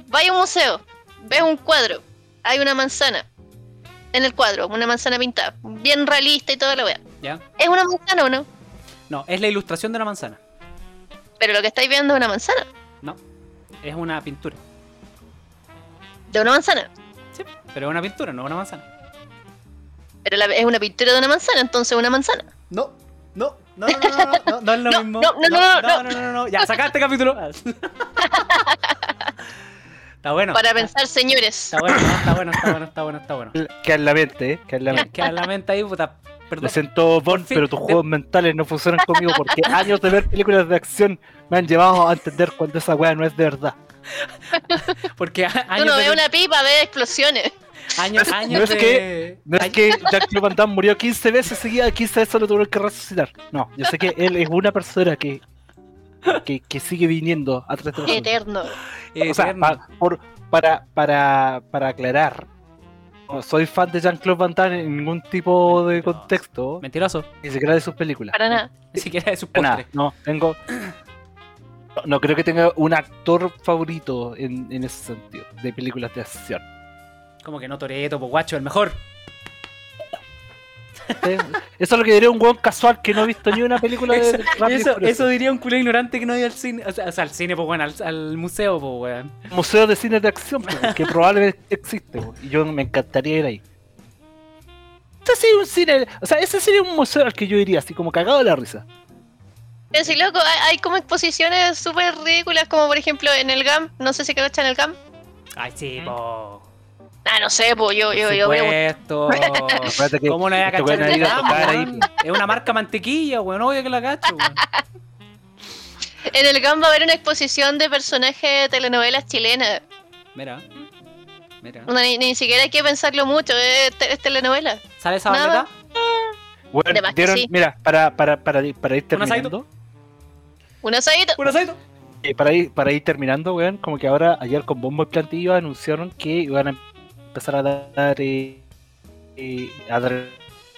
vaya a un museo, ves un cuadro, hay una manzana en el cuadro, una manzana pintada, bien realista y toda la wea. ¿Ya? ¿Es una manzana o no? No, es la ilustración de una manzana. Pero lo que estáis viendo es una manzana, No. Es una pintura. de una manzana. Sí, pero es una pintura, no es una manzana. Pero la- es una pintura de una manzana, entonces una manzana. No. No, no, no, no, no, no, no es lo No, mismo. no, no, no, no, no, no, no, no. Ya, sacaste capítulo. Está bueno. Para pensar, señores. Está bueno, no, está bueno, está bueno, está bueno, está bueno. Que en la mente, eh. Que en la mente. Queda la mente ahí, puta. Perdón. Lo siento, Por Bon, fin, pero tus de- juegos mentales no funcionan conmigo porque años de ver películas de acción me han llevado a entender cuando esa weá no es de verdad. Porque a- Tú años no de, ves una pipa, ves explosiones. años, años no es de- que- No es que Jack Van Damme murió 15 veces seguidas, 15 veces lo tuvieron que resucitar. No, yo sé que él es una persona que, que, que sigue viniendo a través de nosotros. Eterno. eh, O sea, ah. eterno. pa- por- para, para, para aclarar, no soy fan de Jean-Claude Van Damme en ningún tipo de Mentiroso. contexto, Mentiroso. ni siquiera de sus películas. Para nada. Ni siquiera de sus Para postres. nada, no, tengo. No, no creo que tenga un actor favorito en, en ese sentido, de películas de acción. Como que no Toreto, pues guacho, el mejor. ¿Sí? Eso es lo que diría un weón casual que no ha visto ni una película de Eso, Rápido y eso- Furioso. eso diría un culo ignorante que no iba al cine. O sea, o sea, al cine, pues bueno, al, al museo, pues weón. Museo de Cine de Acción, pues, que probablemente existe, pues, y yo me encantaría ir ahí. Este sí es un cine, o sea, ese sería un museo al que yo iría, así como cagado de la risa. Pero sí, loco, hay, hay como exposiciones súper ridículas, como por ejemplo en el GAM. No sé si cachan el GAM. Ay, sí, po. Ah, no sé, pues yo, Por yo, yo voy a supuesto. Acuérdate que ¿Cómo no voy a estos cachar weones han ido a el tocar ahí, Dam, weón? Es una marca mantequilla, weón. Obvio que la cacho, weón. En el GAM va a haber una exposición de personajes de telenovelas chilenas. Mira. Mira. No, ni, ni siquiera hay que pensarlo mucho, es, te- es telenovela. ¿Sale esa Nada baleta? más. Bueno, De más que dieron- sí. mira, para, para, para, ir- para ir Un asadito. terminando, Un asadito. ¿Un aceito? eh, para, ir, para ir terminando, weón, como que ahora ayer con bombo y plantillo anunciaron que iban a empezar a dar eh, eh,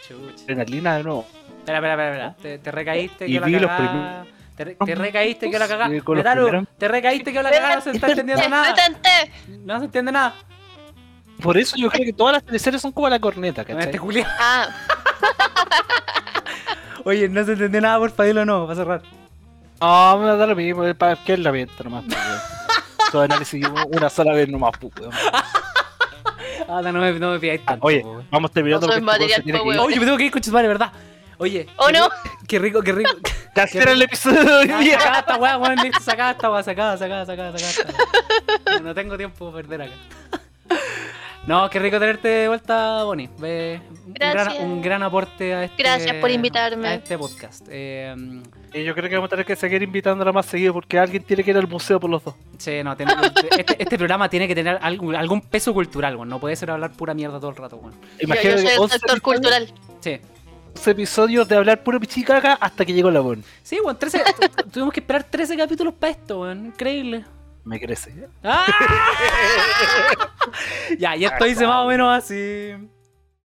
Chucha. adrenalina de nuevo. Espera, espera, espera, espera. Te, te recaíste, Y que la vi los cagada. Te, re- te recaíste, que la cagada. Sí, con los Metaru, primeros. te recaíste, que la cagada. No se está entendiendo nada. Detente. No se entiende nada. Por eso yo creo que todas las teleseries son como la corneta, Con Este ¿cachai? culiao. Ah, Oye, no se entendió nada, por favor, no, va a cerrar. No, me da lo mismo, es para que él la venta nomás, pues, weón. Todo análisis una sola vez nomás, pues, weón. Ah, no, no me, no me pidáis Ah, tanto. Oye, po, weón. vamos terminando No soy porque este weón se material, tiene po, que ir. weón. Oye, me tengo que ir con madre, ¿verdad? Oye. ¿O qué no? ri- Qué rico, qué rico. Ya será el episodio de hoy Ay, día. sacada esta weá, weón, listo, sacada esta weá, sacada, sacada, sacada, sacada. esta weá. No, no tengo tiempo para perder acá. No, qué rico tenerte de vuelta, Bonnie. Ve- Un gran, Gracias. un gran aporte a este Gracias por invitarme. A este podcast. Eh, Y yo creo que vamos a tener que seguir invitándola más seguido porque alguien tiene que ir al museo por los dos. che, no, tengo que- este, este programa tiene que tener algún, algún peso cultural, weón. No puede ser hablar pura mierda todo el rato, weón. yo, yo Imagínate soy que el 11, sector cultural. Sí. 11 episodios de hablar puro pichicaca hasta que llegó la Bon. Sí, weón, 13, tu- tu- tuvimos que esperar 13 capítulos para esto, weón. Increíble. Me crece. ¡Ah! ya, y esto hice más o menos así.